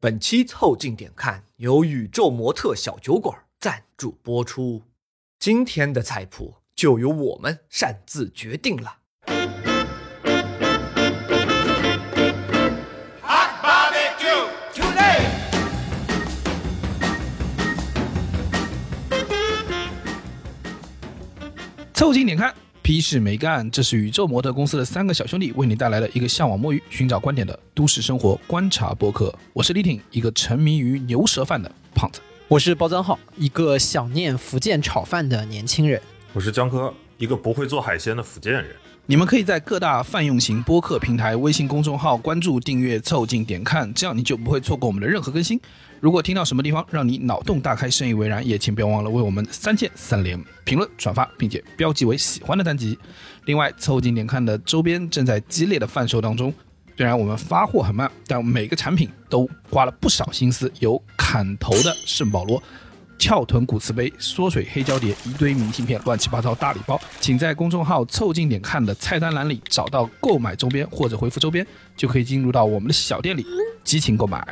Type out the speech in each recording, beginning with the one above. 本期凑近点看由宇宙模特小酒馆赞助播出，今天的菜谱就由我们擅自决定了。 Hot barbecue today. 凑近点看，屁事没干。这是宇宙模特公司的三个小兄弟为你带来的一个向往摸鱼、寻找观点的都市生活观察播客。我是李挺，一个沉迷于牛舌饭的胖子。我是包张浩，一个想念福建炒饭的年轻人。我是江科，一个不会做海鲜的福建人。你们可以在各大泛用型播客平台、微信公众号关注、订阅、凑近点看，这样你就不会错过我们的任何更新。如果听到什么地方让你脑洞大开、深以为然，也请不要忘了为我们三键三连、评论、转发，并且标记为喜欢的单集。另外，凑近点看的周边正在激烈的贩售当中。虽然我们发货很慢，但每个产品都花了不少心思，有砍头的圣保罗。翘臀骨瓷杯、缩水黑胶碟、一堆明信片、乱七八糟大礼包，请在公众号“凑近点看”的菜单栏里找到购买周边或者回复周边，就可以进入到我们的小店里激情购买。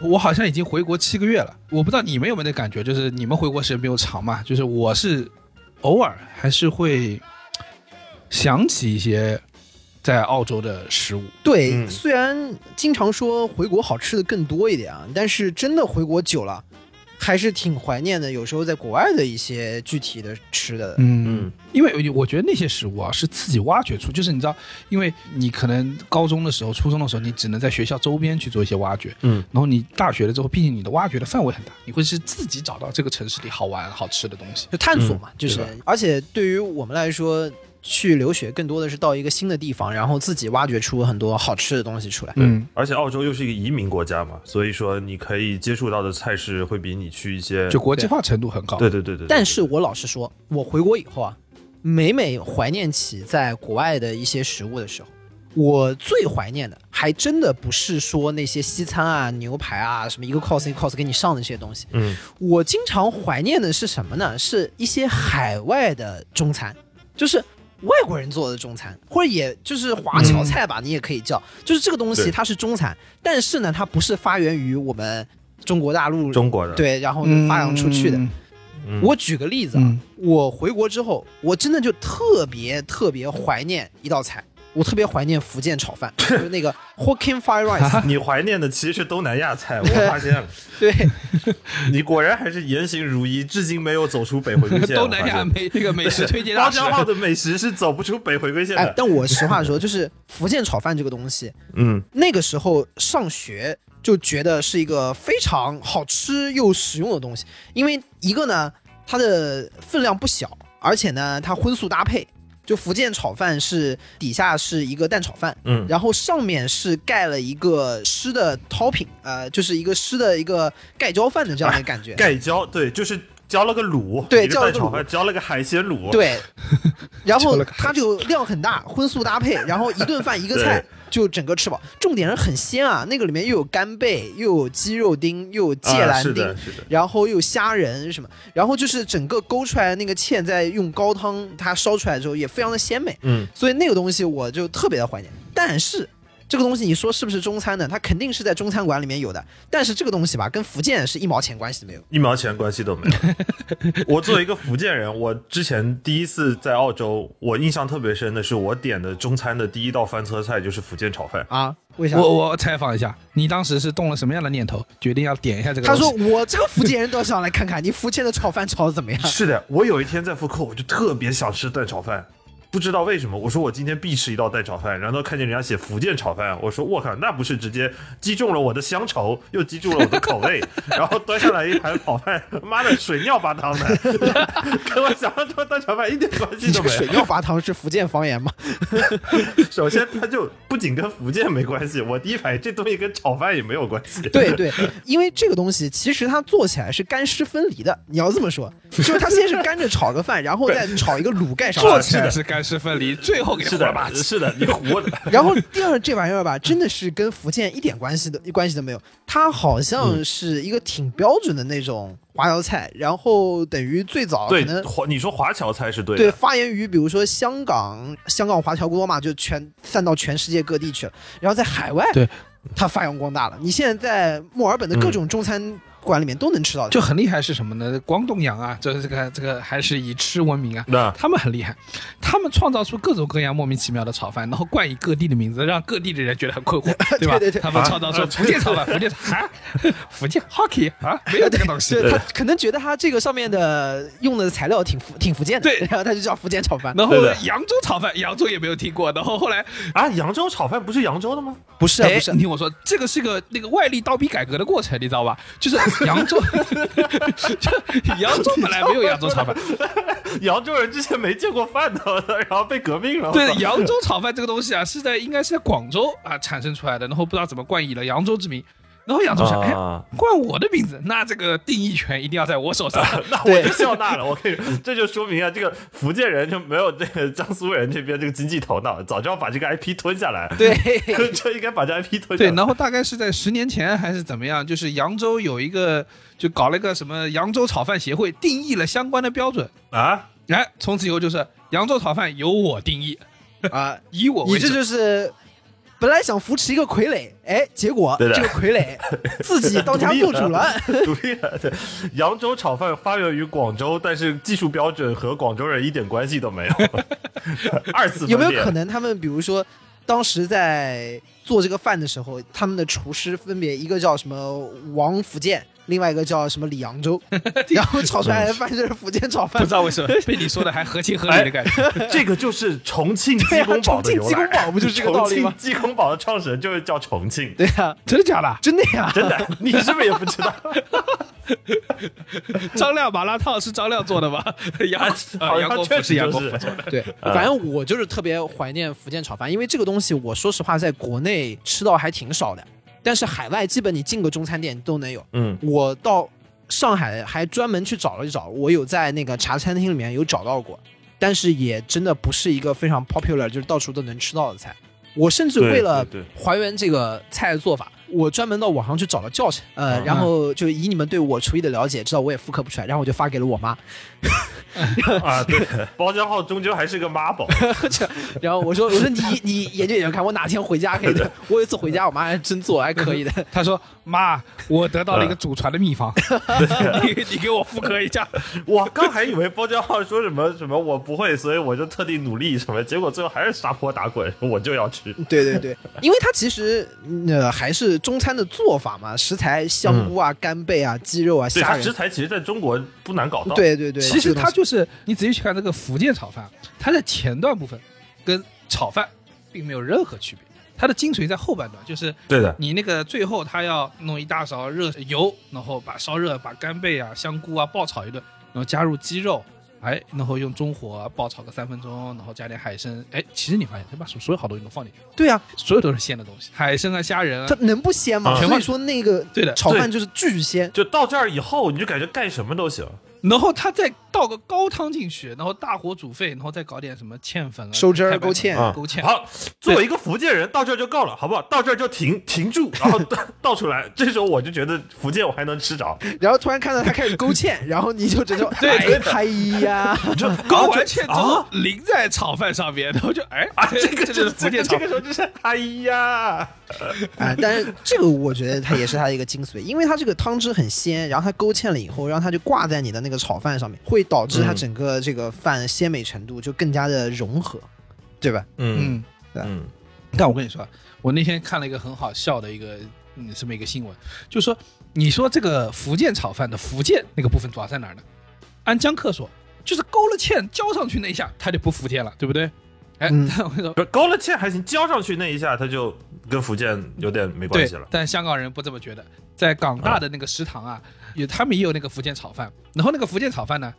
我好像已经回国七个月了，我不知道你们有没有那感觉，就是你们回国时间比我长嘛？就是我是偶尔还是会想起一些在澳洲的食物，对，嗯虽然经常说回国好吃的更多一点啊，但是真的回国久了，还是挺怀念的。有时候在国外的一些具体的吃的，嗯，因为我觉得那些食物啊是自己挖掘出，就是你知道，因为你可能高中的时候、初中的时候，你只能在学校周边去做一些挖掘，嗯，然后你大学了之后，毕竟你的挖掘的范围很大，你会是自己找到这个城市里好玩、好吃的东西。就探索嘛，就是嗯对。而且对于我们来说，去留学更多的是到一个新的地方，然后自己挖掘出很多好吃的东西出来。嗯，而且澳洲又是一个移民国家嘛，所以说你可以接触到的菜式会比你去一些就国际化程度很高。对对对对，对但是我老实说，我回国以后啊，每每怀念起在国外的一些食物的时候，我最怀念的还真的不是说那些西餐啊、牛排啊、什么一个 cos 一个 cos 给你上的这些东西。嗯，我经常怀念的是什么呢？是一些海外的中餐，就是。外国人做的中餐，或者也就是华侨菜吧，你也可以叫，就是这个东西对它是中餐，但是呢，它不是发源于我们中国大陆，中国的，对，然后发扬出去的。嗯我举个例子啊，嗯我回国之后，我真的就特别特别怀念一道菜，我特别怀念福建炒 饭，就是那个 Hokkien Fried Rice。 你怀念的其实是东南亚菜，我发现 了，对，哎你果然还是言行如一，至今没有走出北回归 线。东南亚美美那个美食推荐包大使，江浩的美食是走不出北回归线哎的，。但我实话说，就是福建炒饭这个东西，嗯，那个时候上学就觉得是一个非常好吃又实用的东西，因为一个呢，它的分量不小，而且呢，它荤素搭配。就福建炒饭是底下是一个蛋炒饭，嗯然后上面是盖了一个湿的 topping，呃，就是一个湿的一个盖浇饭的这样的 感觉。盖浇对，就是浇了个卤，对一个浇了蛋个炒卤饭，浇了个海鲜卤，， 对，然就后了个它就量很大，荤素搭配，然后一顿饭一 个菜对就整个吃饱。重点是很鲜啊，那个里面又有干贝，又有鸡肉丁，又有芥啊，蓝是丁，的，是的，然后又有虾仁什么，然后就是整个勾出来的那个芡，在用高汤它烧出来之后也非常的鲜美，嗯，所以那个东西我就特别的怀念。但是这个东西你说是不是中餐呢？它肯定是在中餐馆里面有的，但是这个东西吧，跟福建是一毛钱关系都没有。一毛钱关系都没有。我作为一个福建人，我之前第一次在澳洲，我印象特别深的是，我点的中餐的第一道翻车菜就是福建炒饭。啊，为啥？我我采访一下，你当时是动了什么样的念头，决定要点一下这个他东西？说我这个福建人倒想来看看你福建的炒饭炒的 怎么样。是的，我有一天在复刻，我就特别想吃蛋炒饭，不知道为什么，我说我今天必吃一道蛋炒饭，然后看见人家写福建炒饭，我说我靠，那不是直接击中了我的乡愁，又击中了我的口味，然后端上来一盘炒饭，妈的水尿巴汤的， 跟我想象中的蛋炒饭一点关系你这都没个有。水尿拔汤是福建方言 吗？ 首先，它就不仅跟福建没关系，我第一反应这东西跟炒饭也没有关系。对 对，因为这个东西其实它做起来是干湿分离的。你要这么说，就是它先是干着炒个饭，然后再炒一个卤盖 上。做起来是干干湿分离，最后给是它了吧的， 是的，你活的。然后第二这玩意儿吧，真的是跟福建一点关系的关系都没有。它好嗯像是一个挺标准的那种华侨菜，然后等于最早可对能华，你说华侨菜是对的，对发源于比如说香港，香港华侨锅嘛，就全散到全世界各地去了。然后在海外，对它发扬光大了。你现在在墨尔本的各种中餐馆里面都能吃到它，就很厉害是什么呢？广东洋啊，这这个这个还是以吃闻名啊。那他们很厉害，他们创造出各种各样莫名其妙的炒饭，然后冠以各地的名字，让各地的人觉得很困惑，对吧？对对对他们创造出福建炒饭，福建啊，福建 hockey 啊，没有这个东西。对他可能觉得他这个上面的用的材料挺福挺福建的，对然后他就叫福建炒饭。然后对的扬州炒饭，扬州也没有听过。然后后来，啊，扬州炒饭不是扬州的吗？不是啊，哎不是，啊你，听我说，这个是个那个外力倒逼改革的过程，你知道吧？ 就是扬州， 就扬州本来没有扬州炒 饭，扬州人之前没见过饭的， 然后被革命了。对我，操扬州炒饭这个东西啊，是在应该是在广州啊产生出来的，然后不知道怎么冠以了扬州之名，然后扬州想，哎，啊冠我的名字，那这个定义权一定要在我 手上。那我就笑纳了。我跟你说，这就说明啊，这个福建人就没有这个江苏人这边这个经济头脑，早知道把这个 IP 吞下来。对，就应该 把这 IP 吞下对来。，然后大概是在十年前还是怎么样，就是扬州有一个就搞了一个什么扬州炒饭协会，定义了相关的标准，啊，哎，从此以后就是扬州炒饭由我定义，啊，以我你为这准。就是本来想扶持一个傀儡，哎，结果对的这个傀儡自己当家做主了。 独立了。对，扬州炒饭发源于广州，但是技术标准和广州人一点关系都没有。 二次分裂有没有可？能他们比如说当时在做这个饭的时候，他们的厨师分别一个叫什么王福建，另外一个叫什么李 扬州，然后炒出来的饭就是 福建炒嗯不饭知。道为什 么被你说的还合情合理的感觉， 这个就是重庆鸡公堡的由来。对啊重庆鸡公堡不就是这个道理吗重庆鸡公堡的创始人就是叫重庆，对呀、啊真的假的？真的呀，真的，你是不是也不知道？张亮麻辣烫是张亮做 的吗？杨 啊，好杨像国确福实是杨就国福是做的。对， 反正我就是特别怀念福建炒饭，因为这个东西我说实话在国内吃到还挺少的，但是海外基本你进个中餐店都能有。嗯，我到上海还专门去找了一找，我有在那个茶餐厅里面有找到过，但是也真的不是一个非常 popular，就是到处都能吃到的菜。我甚至对为了对对还原这个菜的做法，我专门到网上去找了教程，呃，啊嗯然后就以你们对我厨艺的了解，知道我也复刻不出来，然后我就发给了我妈， 啊，对，包浆号终究还是个妈宝。然后我说我说你你研究研究看，我哪天回家 可以的。我有一次回家，我妈还真做还可以的。他说：“妈，我得到了嗯一个祖传的秘 方， 你你给我复刻一下。我刚还以为包浆号说什么什么我不会，所以我就特地努力什么，结果最后还是撒泼打滚，我就要吃。 对对对，因为它其实嗯呃还是中餐的做法嘛，食材香菇啊、干贝啊、鸡肉啊、嗯对，虾它仁食。材其实在中国不难搞到。，对对对， 其实这个它东西就是你仔细去看这个福建炒饭，它的前段部分跟炒饭并没有任何区别，它的精髓在后半段，就是对的，你那个最后它要弄一大勺热呃油，然后把烧热，把干贝啊、香菇啊爆炒一顿，然后加入鸡肉。”哎，然后用中火爆炒个三分钟，然后加点海参。哎，其实你发现，他把所所有好东西都放进去，对啊，所有都是鲜的东西，海参啊、虾 仁啊它，能不鲜吗？啊所以说那个对的炒饭对就是巨鲜。就到这儿以后，你就感觉干什么都行。然后他再倒个高汤进去，然后大火煮沸，然后再搞点什么芡粉啊、收汁儿太白粉勾芡啊啊，勾芡。好，作为一个福建人，到这儿就够了，好不好？到这儿就停停住，然后倒倒出来。这时候我就觉得福建我还能吃着，然后突然看到它开始勾芡，然后你就 直接对哎嗨呀，就 勾就完芡之后淋在炒饭上面，然后就哎啊，这 个这就就是是这福个建这炒个饭时候就是哎呀，啊，但是这个我觉得它也是它的一个精髓，因为它这个汤汁很鲜，然后它勾芡了以后，让它就挂在你的那个炒饭上面，会导致它嗯整个这个饭鲜美程度就更加的融合，对吧？嗯嗯，嗯但我跟你说，啊我那天看了一个很好笑的一个嗯这么一个新闻，就说你说这个福建炒饭的福建那个部分主要在哪儿呢？按江克说，就是勾了芡浇上去那一下，它就不福建了，对不对？哎，嗯但我跟你说，不是勾了芡还行，浇上去那一下，它就跟福建有点没关对，系了。但香港人不这么觉得，在港大的那个食堂啊，有他们也有那个福建炒饭，然后那个福建炒饭呢，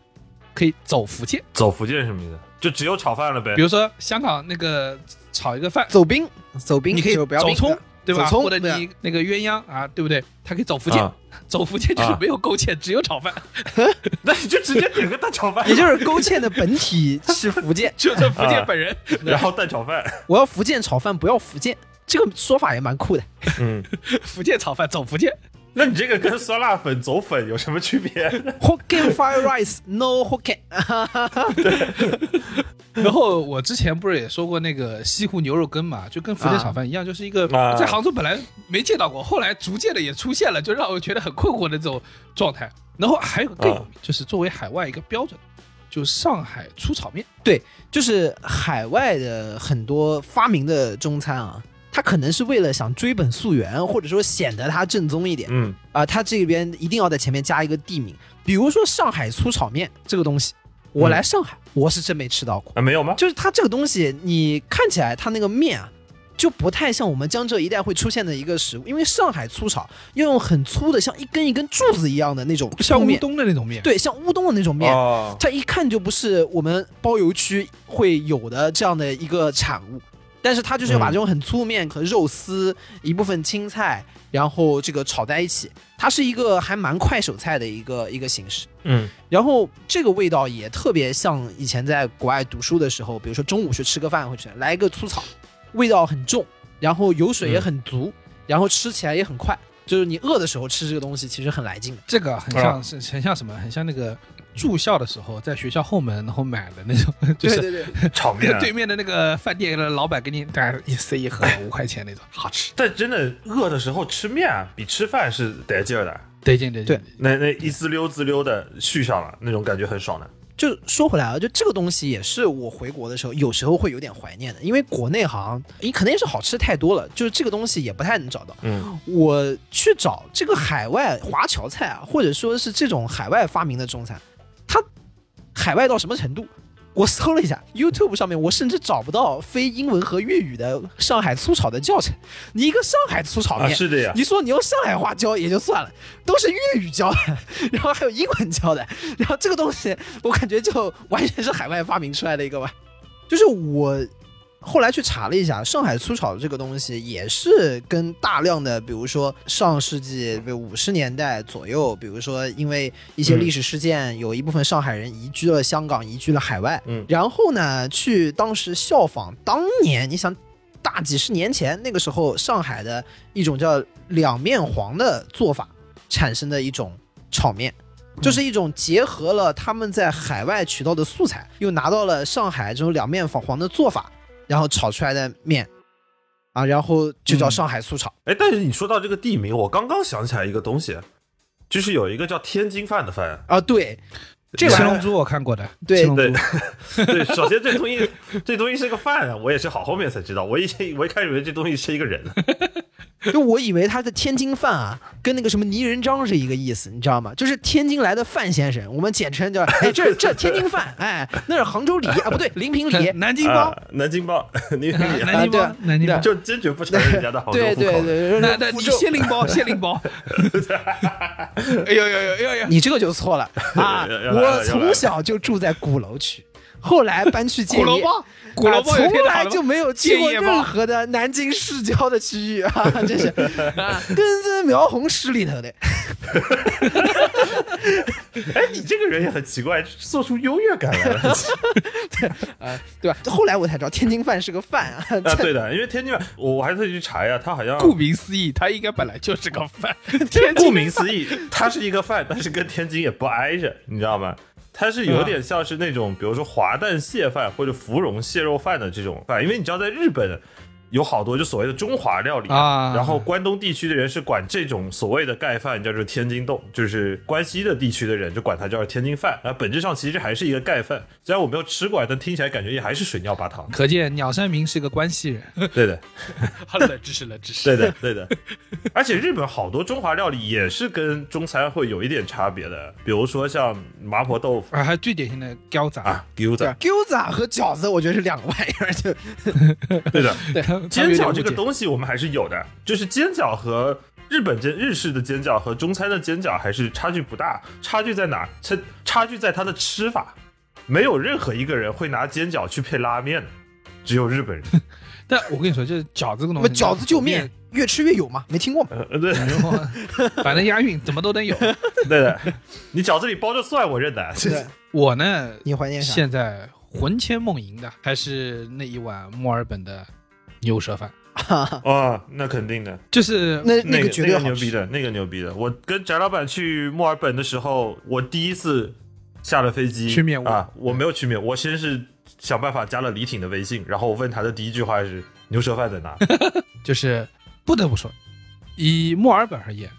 可以走福建，走福建是什么意思？就只有炒饭了呗比？如说香港那个炒一个饭，走冰，走冰，你可以就不要走冰葱的，对吧？走葱或者对啊你那个鸳鸯啊，对不对？他可以走福建啊，走福建就是啊没有勾芡，只有炒饭，。那你就直接点个蛋炒饭， 也就是勾芡的本体是福建就是福建啊本人。 然后蛋炒饭，我要福建炒饭，不要福建，这个说法也蛮酷的。嗯，福建炒饭走福 建，那你这个跟酸辣粉走粉有什么区别？ Hokkien fried rice, no Hokkien。然后我之前不是也说过那个西湖牛肉羹嘛，就跟福建炒饭一样，就是一个啊在杭州本来没见到过，后来逐渐的也出现了，就让我觉得很困惑的这种状态。然后还有个更有啊名，就是作为海外一个标准，就上海粗炒面。对，就是海外的很多发明的中餐啊，它可能是为了想追本溯源，或者说显得它正宗一点嗯，啊、它这边一定要在前面加一个地名，比如说上海粗炒面这个东西，嗯我来上海、我是真没吃到过。 啊，没有吗？就是它这个东西，你看起来它那个面啊，就不太像我们江浙一带会出现的一个食物，因为上海粗炒要用很粗的，像一根一根柱子一样的那种像粗乌面，冬的那种面，对，像乌冬的那种面，哦，它一看就不是我们包邮区会有的这样的一个产物。但是它就是要把这种很粗面和肉丝、一部分青菜，然后这个炒在一起，它是一个还蛮快手菜的一个一个形式。嗯然后这个味道也特别像以前在国外读书的时候，比如说中午去吃个饭会去来一个粗草，味道很重，然后油水也很足，然后吃起来也很快，就是你饿的时候吃这个东西其实很来劲的。这个很像是很像什么？很像那个住校的时候在学校后门然后买的那种， 就是对对，炒面跟，对面的那个饭店的老板给你大家一塞一盒五块钱那种，好吃，但真的饿的时候吃面啊，比吃饭是得劲儿的，得劲得劲。对那那一滋溜滋溜的续上了，那种感觉很爽的。就说回来啊，就这个东西也是我回国的时候有时候会有点怀念的，因为国内好像你可能也是好吃太多了，就是这个东西也不太能找到。嗯，我去找这个海外华侨菜啊，或者说是这种海外发明的中餐，它海外到什么程度？我搜了一下 YouTube 上面，我甚至找不到非英文和粤语的上海粗炒的教程。你一个上海粗炒哦面，啊是的呀你说你用上海话教也就算了，都是粤语教的， 然后还有英文教的，然后这个东西我感觉就完全是海外发明出来的一个吧。就是我后来去查了一下，上海粗炒这个东西也是跟大量的，比如说上世纪五十年代左右，比如说因为一些历史事件，有一部分上海人移居了香港，移居了海外，嗯然后呢，去当时效仿当年，你想。大几十年前，那个时候上海的一种叫两面黄的做法产生的一种炒面，就是一种结合了他们在海外取到的素材，又拿到了上海这种两面黄的做法，然后炒出来的面，啊，然后就叫上海素炒。哎，但是你说到这个地名，我刚刚想起来一个东西，就是有一个叫天津饭的饭。啊，对，这七玩意龙儿珠我看过的，对七龙珠对， 对，首先这东西，这东西是个饭啊，我也是好后面才知道，我以前我一开始以为这东西是一个人，就我以为他的天津饭啊，跟那个什么泥人张是一个意思，你知道吗？就是天津来的范先生，我们简称叫哎，这这天津饭，哎，那是杭州里啊，不对，临平里南。南京包，啊，南京包， 你南京包对啊，南京 包。就坚决不承认人家的杭州对户口。对 对，那那你限令 包，限令包。哎呦呦呦呦呦！你这个就错 了啊！要要来了我要来从了小就住在鼓楼区，后来搬去建鼓楼业，包，鼓楼包啊有从贴的好来了就吗没有去过建业任包何的南京市郊的区 域啊，真是啊根正苗红市 里头的。哎，你这个人也很奇怪，做出优越感来了。对吧？后来我才知道天津饭是个饭啊， 啊，对的，因为天津饭，我我还特意去查一下，它好像顾名思义，它应该本来就是个 饭。天顾津名思义，它是一个饭，但是跟天津也不挨着，你知道吗？它是嗯有点像是那种，比如说滑蛋蟹饭或者芙蓉蟹肉饭的这种饭，因为你知道在日本。有好多就所谓的中华料理啊。然后关东地区的人是管这种所谓的盖饭叫做天津冻，就是关西的地区的人就管它叫做天津饭，啊，本质上其实还是一个盖饭。虽然我没有吃过，啊但听起来感觉也还是水尿八 汤可见鸟山明是个关西人。对的，好啊冷知识，冷知识。对的，对的。而且日本好多中华料理也是跟中餐会有一点差别的，比如说像麻婆豆腐啊，还有最典型的饺子，啊、g i u z 对 a 吧？饺子啊和饺子，我觉得是两个玩意儿，就对的。对，他们有煎点饺误这个解东西我们还是有的，就是煎饺和日本煎日式的煎饺和中餐的煎饺还是差距不大，差距在哪？差差距在它的吃法，没有任何一个人会拿煎饺去配拉面的，只有日本人。但我跟你说，就是饺子这个东我西，们饺子就面，越吃越有嘛，没听过吗？呃呃对哦 反正押韵怎么都 得有。对的， 你饺子里包着蒜，我认得。对，我呢，你怀念啥？现在魂牵梦萦的还是那一碗墨尔本的牛舌饭，啊，那肯定的，就是呃那那个绝对那个好牛逼吃。的，那个牛逼的。我跟翟老板去墨尔本的时候，我第一次下了飞机去面窝啊，我没有去面，我先是想办法加了李挺的微信，然后我问他的第一句话是牛舌饭在哪？就是不得不说，以墨尔本而言，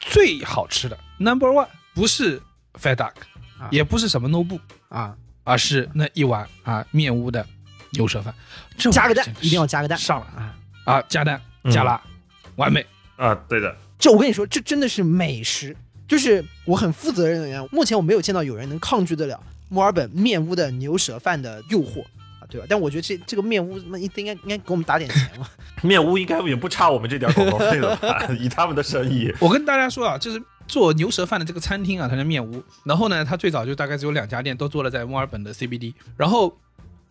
最好吃的 Number One 不是 Fat Duck，、啊也不是什么 No b 啊，而是那一碗啊面屋的牛舌饭，这碗加个蛋真的，是一定要加个蛋上了啊！嗯啊，加蛋加辣，完美。啊，对的，这我跟你说，这真的是美食，就是我很负责任的人，目前我没有见到有人能抗拒得了墨尔本面屋的牛舌饭的诱惑啊，对吧？但我觉得这这个面屋，那应该应该给我们打点钱嘛。面屋应该也不差我们这点广告费了吧？ 以他们的生意，我跟大家说啊，就是做牛舌饭的这个餐厅啊，它叫面屋。然后呢，它最早就大概只有两家店，都做了在墨尔本的 CBD。然后，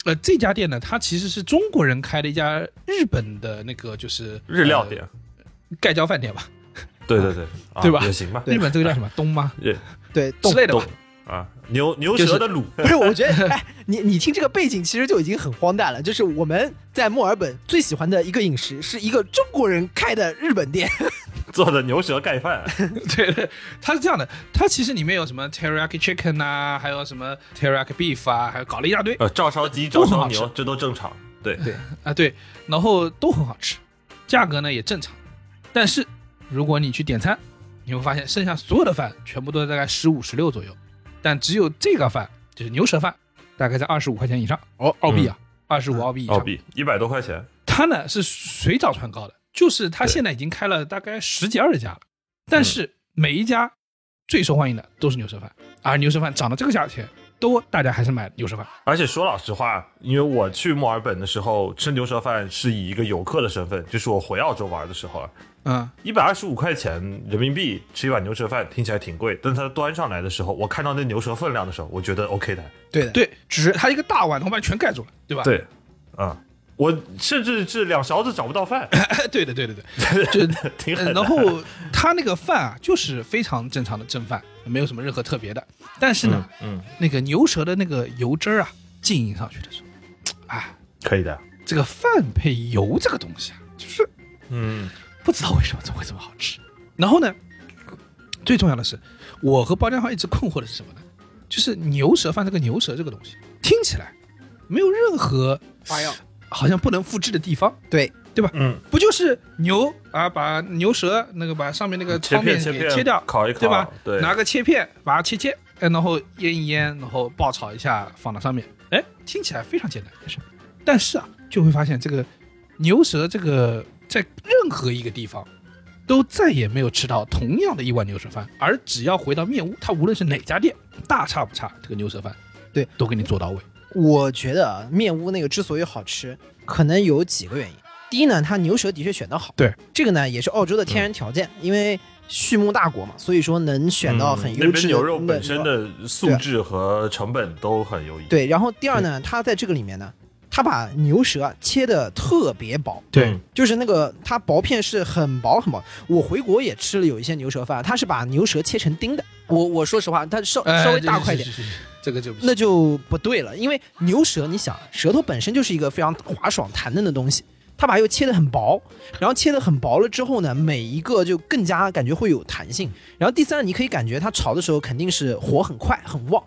呃，这家店呢，它其实是中国人开的一家日本的那个就是 日料店，呃盖浇饭店吧，对对对，啊对吧也行吧，日本这个叫什么东吗也对，之懂类的吧懂。啊，牛牛就是舌的卤，不是，我觉得，哎，你你听这个背景其实就已经很荒诞了。就是我们在墨尔本最喜欢的一个饮食是一个中国人开的日本店， 做的牛舌盖饭， 对对，它是这样的，它其实里面有什么 teriyaki chicken 啊，还有什么 teriyaki beef 啊，还有搞了一大堆呃，照烧鸡、都照很烧好吃牛，这都正常。对对，啊，对，然后都很好吃，价格呢也正常。但是如果你去点餐，你会发现剩下所有的饭全部都在大概十五、十六左右，但只有这个饭就是牛舌饭，大概在二十五块钱以上哦，澳币啊，二十五澳币以上。嗯澳币一百多块钱，它呢是水涨船高的，就是它对现在已经开了大概十几二十家了，但是每一家最受欢迎的都是牛舌饭，而牛舌饭涨到这个价钱，都大家还是买牛舌饭。而且说老实话，因为我去墨尔本的时候吃牛舌饭是以一个游客的身份，就是我回澳洲玩的时候啊，嗯，一百二十五块钱人民币吃一碗牛舌饭听起来挺贵，但它端上来的时候，我看到那牛舌分量的时候，我觉得 OK 的。对的，对，只它一个大碗，然后把你全盖住了，对吧？对，啊、我甚至是两勺子找不到饭， 对的，对的，对的，就 挺狠呃的。然后他那个饭啊，就是非常正常的正饭，没有什么任何特别的。但是呢，嗯，那个牛舌的那个油汁儿啊，浸淫上去的时候，啊，可以的。这个饭配油这个东西啊，就是嗯，不知道为什么这会这么好吃。然后呢，最重要的是，我和包家浩一直困惑的是什么呢？就是牛舌饭这个牛舌这个东西，听起来没有任何花样好像不能复制的地方。对对吧？嗯，不就是牛啊，把牛舌那个把上面那个切汤面给片切片切掉，烤一烤对吧？对拿个切片把它切切，哎，然后腌一腌，然后爆炒一下放到上面，哎，听起来非常简单，但是，但是啊，就会发现这个牛舌这个在任何一个地方。都再也没有吃到同样的一碗牛舌饭，而只要回到面屋，它无论是哪家店，大差不差，这个牛舌饭，对，嗯都给你做到位。我觉得啊面屋那个之所以好吃，可能有几个原因。第一呢，它牛舌的确选得好，对，这个呢也是澳洲的天然条件，因为畜牧大国嘛，所以说能选到很嗯那优边质的、牛肉那本身的素质和成本都很优异。，对。然后第二呢，它在这个里面呢，它把牛舌啊切的特别薄，对嗯就是那个它薄片是很薄很薄。我回国也吃了有一些牛舌饭，它是把牛舌切成丁的。我我说实话，它稍哎稍微大块一点，是是是是这个就不行那就不对了，因为牛舌，你想，舌头本身就是一个非常滑爽弹嫩的东西，它把它又切得很薄，然后切得很薄了之后呢，每一个就更加感觉会有弹性。然后第三，你可以感觉它炒的时候肯定是火很快很旺，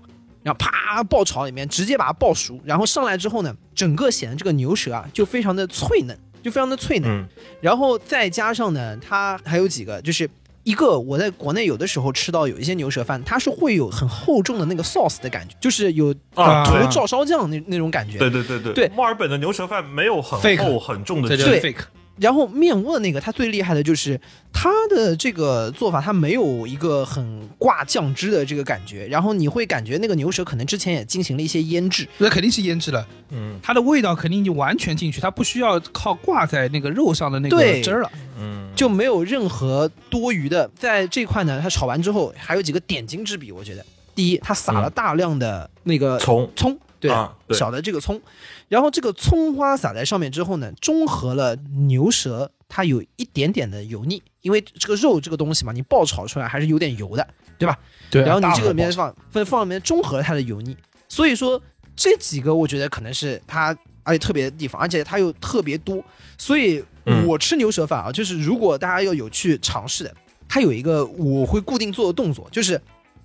然后啪爆炒里面直接把它爆熟，然后上来之后呢，整个显得这个牛舌啊就非常的脆嫩，就非常的脆嫩。嗯然后再加上呢，它还有几个，就是一个我在国内有的时候吃到有一些牛舌饭，它是会有很厚重的那个 sauce 的感觉，就是有呃啊，涂对对照烧酱那那种感觉。对对对对对墨尔本的牛舌饭没有很 Fake 厚很重的这汁就是对 fake。然后面窝的那个，它最厉害的就是它的这个做法，它没有一个很挂酱汁的这个感觉，然后你会感觉那个牛舌可能之前也进行了一些腌制。那肯定是腌制了，嗯它的味道肯定就完全进去，它不需要靠挂在那个肉上的那个对汁儿了。嗯，就没有任何多余的。在这块呢，它炒完之后还有几个点睛之笔，我觉得。第一，它撒了嗯大量的那个葱葱，对的，啊对少的这个葱，然后这个葱花撒在上面之后呢，中和了牛舌它有一点点的油腻，因为这个肉这个东西嘛，你爆炒出来还是有点油的，对吧？对啊，然后你大这个火里面爆放放放里面中和它的油腻，所以说这几个我觉得可能是它而且特别的地方，而且它又特别多，所以嗯我吃牛舌饭啊，就是如果大家要有去尝试的，它有一个我会固定做的动作，就是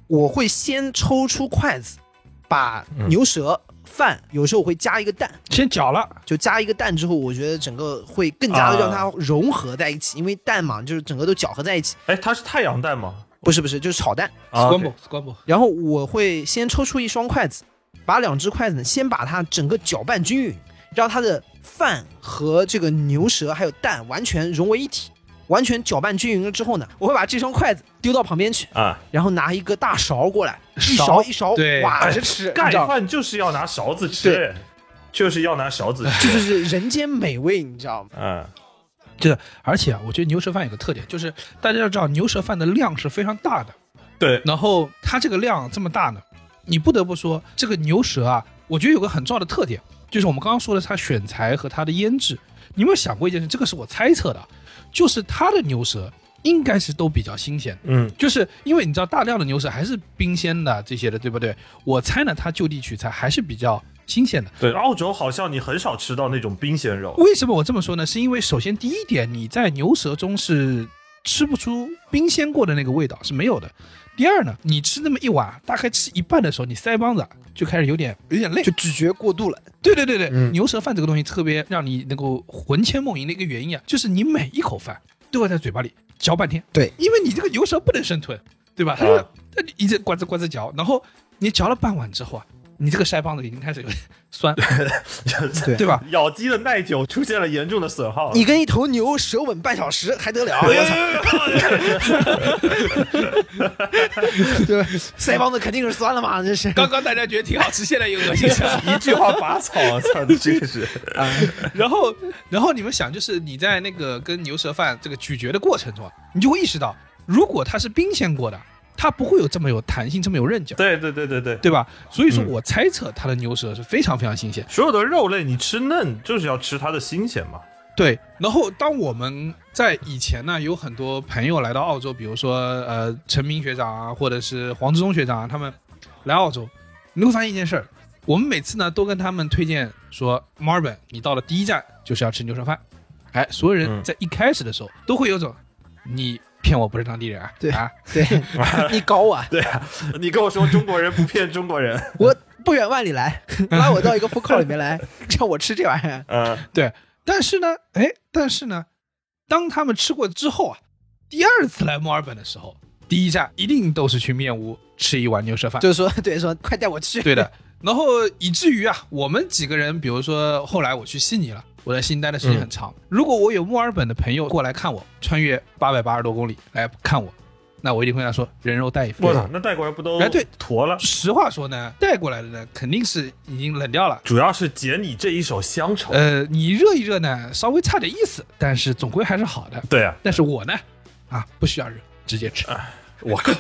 我会先抽出筷子，把嗯牛舌饭有时候我会加一个蛋，先搅了，就加一个蛋之后，我觉得整个会更加啊的让它融合在一起，因为蛋嘛就是整个都搅和在一起，哎，它是太阳蛋吗？不是不是就是炒蛋。啊 scramble ，OK， scramble，然后我会先抽出一双筷子，把两只筷子呢先把它整个搅拌均匀，让它的饭和这个牛舌还有蛋完全融为一体。完全搅拌均匀了之后呢，我会把这双筷子丢到旁边去，啊，然后拿一个大勺过来，一 勺勺一勺对 挖着吃，盖你知道吗饭就是要拿勺子对吃， 就是要拿勺子这吃，就是人间美味，你知道吗？嗯，就是而且啊，我觉得牛舌饭有个特点，就是大家要知道牛舌饭的量是非常大的，对，然后它这个量这么大呢，你不得不说这个牛舌啊，我觉得有个很重要的特点，就是我们刚刚说的它选材和它的腌制。你有没有想过一件事？这个是我猜测的，就是它的牛舌应该是都比较新鲜，嗯，就是因为你知道大量的牛舌还是冰鲜的这些的，对不对？我猜呢，它就地取材还是比较新鲜的。对，澳洲好像你很少吃到那种冰鲜肉，为什么我这么说呢？是因为首先第一点，你在牛舌中是吃不出冰鲜过的那个味道，是没有的。第二呢，你吃那么一碗，大概吃一半的时候，你腮帮子啊就开始有点有点累，就咀嚼过度了，对对对对，牛舌饭这个东西特别让你能够魂牵梦萦的一个原因啊，就是你每一口饭都要在嘴巴里嚼半天。对因为你这个牛舌不能生吞，对吧？它就啊它就一直呱吱呱吱嚼，然后你嚼了半碗之后啊，你这个腮帮子已经开始有点 酸，对对吧？ 咬肌的耐久出现了严重的损耗。你跟一头牛舌吻半小时还得 了？我操！ 对，腮帮子肯定是酸了嘛，这是。刚刚大家觉得挺好吃，现在又恶心起来了。 一句话拔草，我操，这个是然后，然后你们想，就是你在那个跟牛舌饭这个咀嚼的过程中啊，你就会意识到，如果它是冰鲜过的，它不会有这么有弹性，这么有韧劲儿，对对对对对，对吧？所以说嗯我猜测它的牛舌是非常非常新鲜。所有的肉类你吃嫩就是要吃它的新鲜嘛。对，然后当我们在以前呢，有很多朋友来到澳洲，比如说呃陈明学长啊，或者是黄志忠学长啊，他们来澳洲，你会发现一件事儿，我们每次呢都跟他们推荐说，墨尔本你到了第一站就是要吃牛舌饭，哎，所有人嗯在一开始的时候都会有种你骗我不是当地人啊，对啊，对，你搞我，对啊， 你跟我说中国人不骗中国 人，我不远万里来，拉我到一个 food court 里面来，让我吃这玩意儿。嗯，对，但是呢，哎，但是呢，当他们吃过之后啊，第二次来墨尔本的时候，第一站一定都是去面屋吃一碗牛舌饭，就是说，对，说快带我去。 对的。然后以至于啊，我们几个人，比如说后来我去悉尼了，我在悉尼待的时间很长。嗯如果我有墨尔本的朋友过来看我，穿越八百八十多公里来看我，那我一定会跟他说人肉带一份我。操，那带过来不都哎对坨了？实话说呢，带过来的呢肯定是已经冷掉了。主要是解你这一手乡愁。呃，你热一热呢，稍微差点意思，但是总归还是好的。对啊，但是我呢，啊，不需要热，直接吃，啊我靠，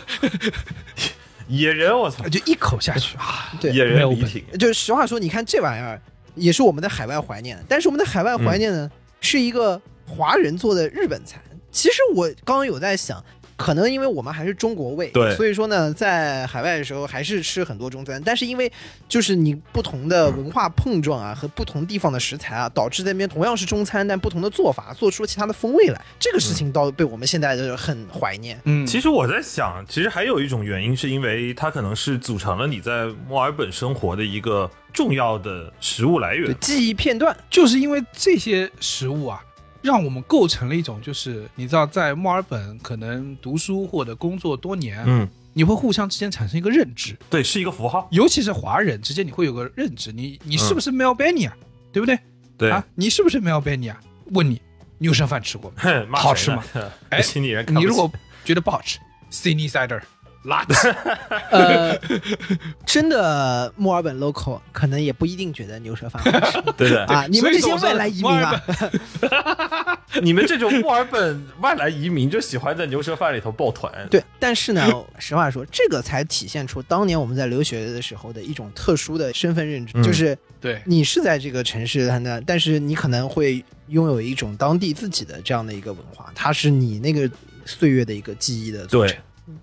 野人，我操，就一口下去啊。对野没人有李挺，就是实话说，你看这玩意儿也是我们在海外怀念的，但是我们的海外怀念呢，是一个华人做的日本菜。其实我刚刚有在想，可能因为我们还是中国胃，对所以说呢，在海外的时候还是吃很多中餐，但是因为就是你不同的文化碰撞啊和不同地方的食材啊，导致这边同样是中餐，但不同的做法做出了其他的风味来，这个事情倒被我们现在就是很怀念。嗯，其实我在想，其实还有一种原因，是因为它可能是组成了你在墨尔本生活的一个重要的食物来对源。记忆片段，就是因为这些食物啊，让我们构成了一种，就是你知道，在墨尔本可能读书或者工作多年，嗯，你会互相之间产生一个认知，对，是一个符号。尤其是华人之间，你会有个认知，你你是不是 Melbourne 啊，对不对？对，啊，你是不是 Melbourne 啊？问你牛舌饭吃过吗？ 哼骂好谁吃呢吗？哎，悉尼人看不你起，如果觉得不好吃，Sydney cider。垃圾。 呃，真的墨尔本 local 可能也不一定觉得牛舌饭好 吃对 的，啊！你们所这以些我说外来移民墨尔啊，你们这种墨尔本外来移民就喜欢在牛舌饭里头 抱团，对，但是呢，实话说，这个才体现出当年我们在留学的时候的一种特殊的身份认知，嗯就是对，你是在这个城市的那，但是你可能会拥有一种当地自己的这样的一个文化，它是你那个岁月的一个记忆的组成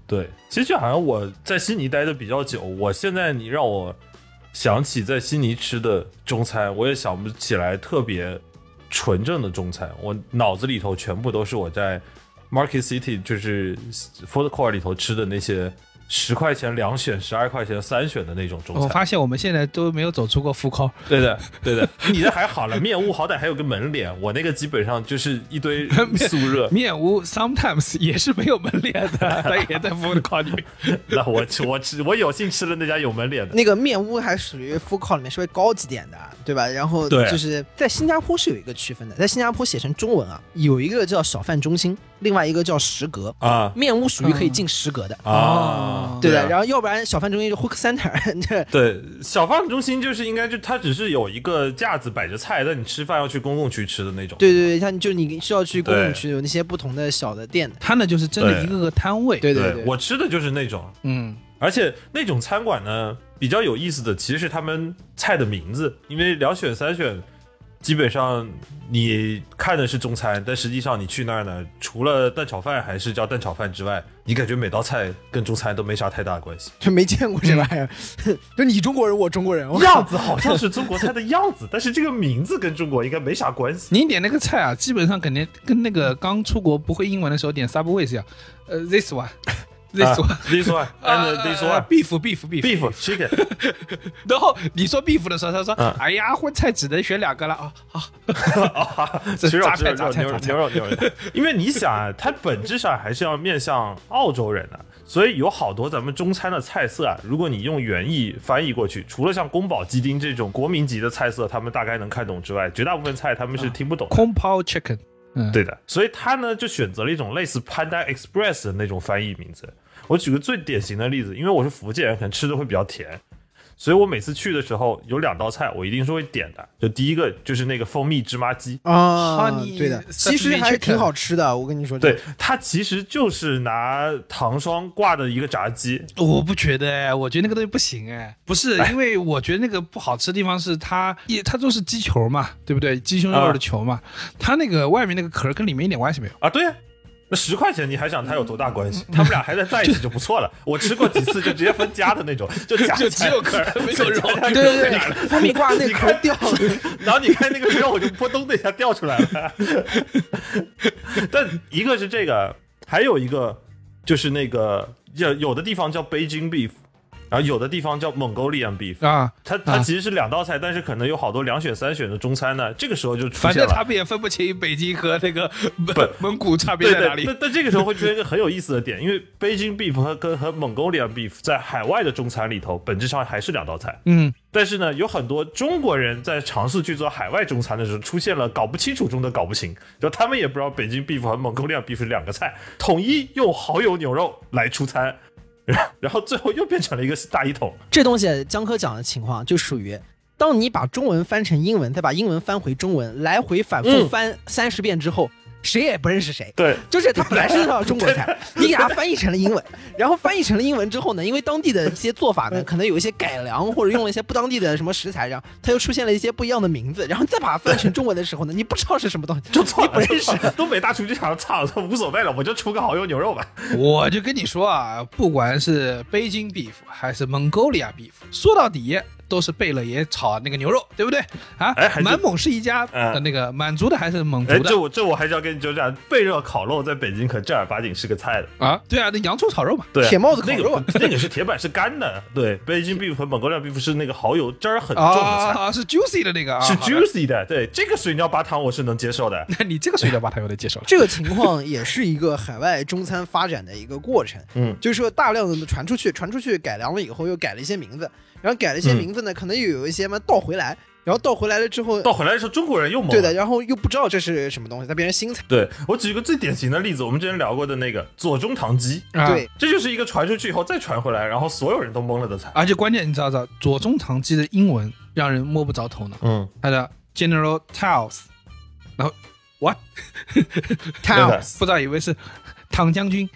对。，对，其实就好像我在悉尼待的比较久，我现在你让我想起在悉尼吃的中餐，我也想不起来特别纯正的中餐，我脑子里头全部都是我在 Market City 就是 Food Court 里头吃的那些十块钱两选、十二块钱三选的那种中我餐。哦发现我们现在都没有走出过富口，对的，对的，你的还好了，面屋好歹还有个门脸，我那个基本上就是 一堆速热。面屋 sometimes 也是没有门脸的，它也在 food court 里面。那我吃，我吃，我有幸吃了那家有门脸的。那个面屋还属于 food court 里面稍微高级点的，对吧？然后对就是在新加坡是有一个区分的，在新加坡写成中文啊，有一个叫小贩中心，另外一个叫食阁。啊面屋属于可以进食阁的，啊，对的。啊然后要不然小贩中心就 hook center，这 对，小贩中心就是应该就它只是有一个架子摆着菜，但你吃饭要去公共区吃的那种。对对对，像就你需要去公共对区有那些不同的小的店的，它呢就是真的一个个摊位。，对对对，我吃的就是那种，嗯，而且那种餐馆呢比较有意思的，其实是他们菜的名字，因为两选三选，基本上你看的是中餐，但实际上你去那儿呢，除了蛋炒饭还是叫蛋炒饭之外，你感觉每道菜跟中餐都没啥太大关系，就没见过这玩意儿，嗯 就你中国人我中国人，我 样子好像是中国菜的样子，但是这个名字跟中国应该没啥关系。你点那个菜啊，基本上肯定跟那个刚出国不会英文的时候点 Subway 是一样。呃，this one，this one。啊啊呃 this one，and this one。 beef beef 啊 beef beef chicken，然后你说 beef 的时候，他说：“嗯哎呀，荤菜只能选两个了啊！”好，啊这吃肉榨吃菜肉榨菜牛榨肉菜牛肉牛 肉，因为你想啊，它本质上还是要面向澳洲人的、所以有好多咱们中餐的菜色啊，如果你用原意翻译过去，除了像宫保鸡丁这种国民级的菜色，他们大概能看懂之外，绝大部分菜他啊们是听不懂的。空抛 chicken，嗯，对的，所以他呢就选择了一种类似 Panda Express 的那种翻译名字。我举个最典型的例子，因为我是福建人，可能吃的会比较甜，所以我每次去的时候有两道菜我一定是会点的，就第一个就是那个蜂蜜芝麻鸡，啊 Honey，对的， Sesame 其实还是挺好吃的，我跟你说，对，，它其实就是拿糖霜挂的一个炸鸡，我不觉得哎，我觉得那个东西不行哎，不是，因为我觉得那个不好吃的地方是它也它都是鸡球嘛，对不对？鸡胸肉的球嘛，它那个外面那个壳跟里面一点关系没有。啊，对呀、那十块钱你还想它有多大关系？他们俩还在在一起就不错了。我吃过几次就直接分家的那种，就夹就起啊来只有壳儿没有肉夹起来对对对就夹起 来，蜂蜜挂那壳掉了，然后你看那个肉就扑通的一下掉出来了。但一个是这个，还有一个就是那个有有的地方叫 Beijing beef，然后有的地方叫 Mongolian beef。啊，它它其实是两道菜，但是可能有好多两选三选的中餐呢。这个时候就出反现正他了。们也分不清北京和那个蒙 蒙古差别对在哪里对，那。那这个时候会出现一个很有意思的点，因为 Beijing beef 和跟和 Mongolian beef 在海外的中餐里头，本质上还是两道菜。嗯，但是呢，有很多中国人在尝试去做海外中餐的时候，出现了搞不清楚中的搞不清，就他们也不知道北京 beef 和蒙古亮 beef 是两个菜，统一用蚝油牛肉来出餐，然然后最后又变成了一个大一统。这东西江科讲的情况就属于。当你把中文翻成英文，再把英文翻回中文，来回反复嗯翻三十遍之后，谁也不认识谁。 对就是它本来是道中国 菜，你给它翻译成了英文，然后翻译成了英文之后呢，因为当地的一些做法呢，可能有一些改良或者用了一些不当地的什么食材，然后它又出现了一些不一样的名字，然后再把它翻成中文的时候呢，你不知道是什么东西，就错你不了，认识。就错了东北大厨这场操，无所谓了，我就出个蚝油牛肉吧。我就跟你说啊，不管是北京 beef 还是 Mongolia beef，说到底都是贝勒爷炒那个牛肉，对不对？啊，哎还真满蒙是一家嗯的那个满族的还是蒙哎，族的这我这我还是要跟你纠正，啊贝热烤肉在北京可正儿八经是个菜的。啊？对啊，那洋葱炒肉嘛。对，铁帽子烤那肉个啊不那个是铁板是干的， 对，北京 beef 和蒙古亮 beef 是那个蚝油汁儿很重的菜。啊，是 juicy 的那个啊，是好的 juicy 的，对这个水鸟拔汤我是能接受的。 那你这个水饺吧，他有点接受了。这个情况也是一个海外中餐发展的一个过程，嗯，就是说大量的传出去，传出去改良了以后又改了一些名字，然后改了一些名字呢，可能又有一些嘛倒回来，然后倒回来了之后，到回来的时候，中国人又懵了。对的，然后又不知道这是什么东西，它变成新菜。对我举一个最典型的例子，我们之前聊过的那个左宗棠鸡，啊对，这就是一个传出去以后再传回来，然后所有人都懵了的菜。而且关键你知道不知道？左宗棠鸡的英文让人摸不着头脑，嗯，它的 General Tiles，然后 what 对的 Tiles 不知道以为是唐将军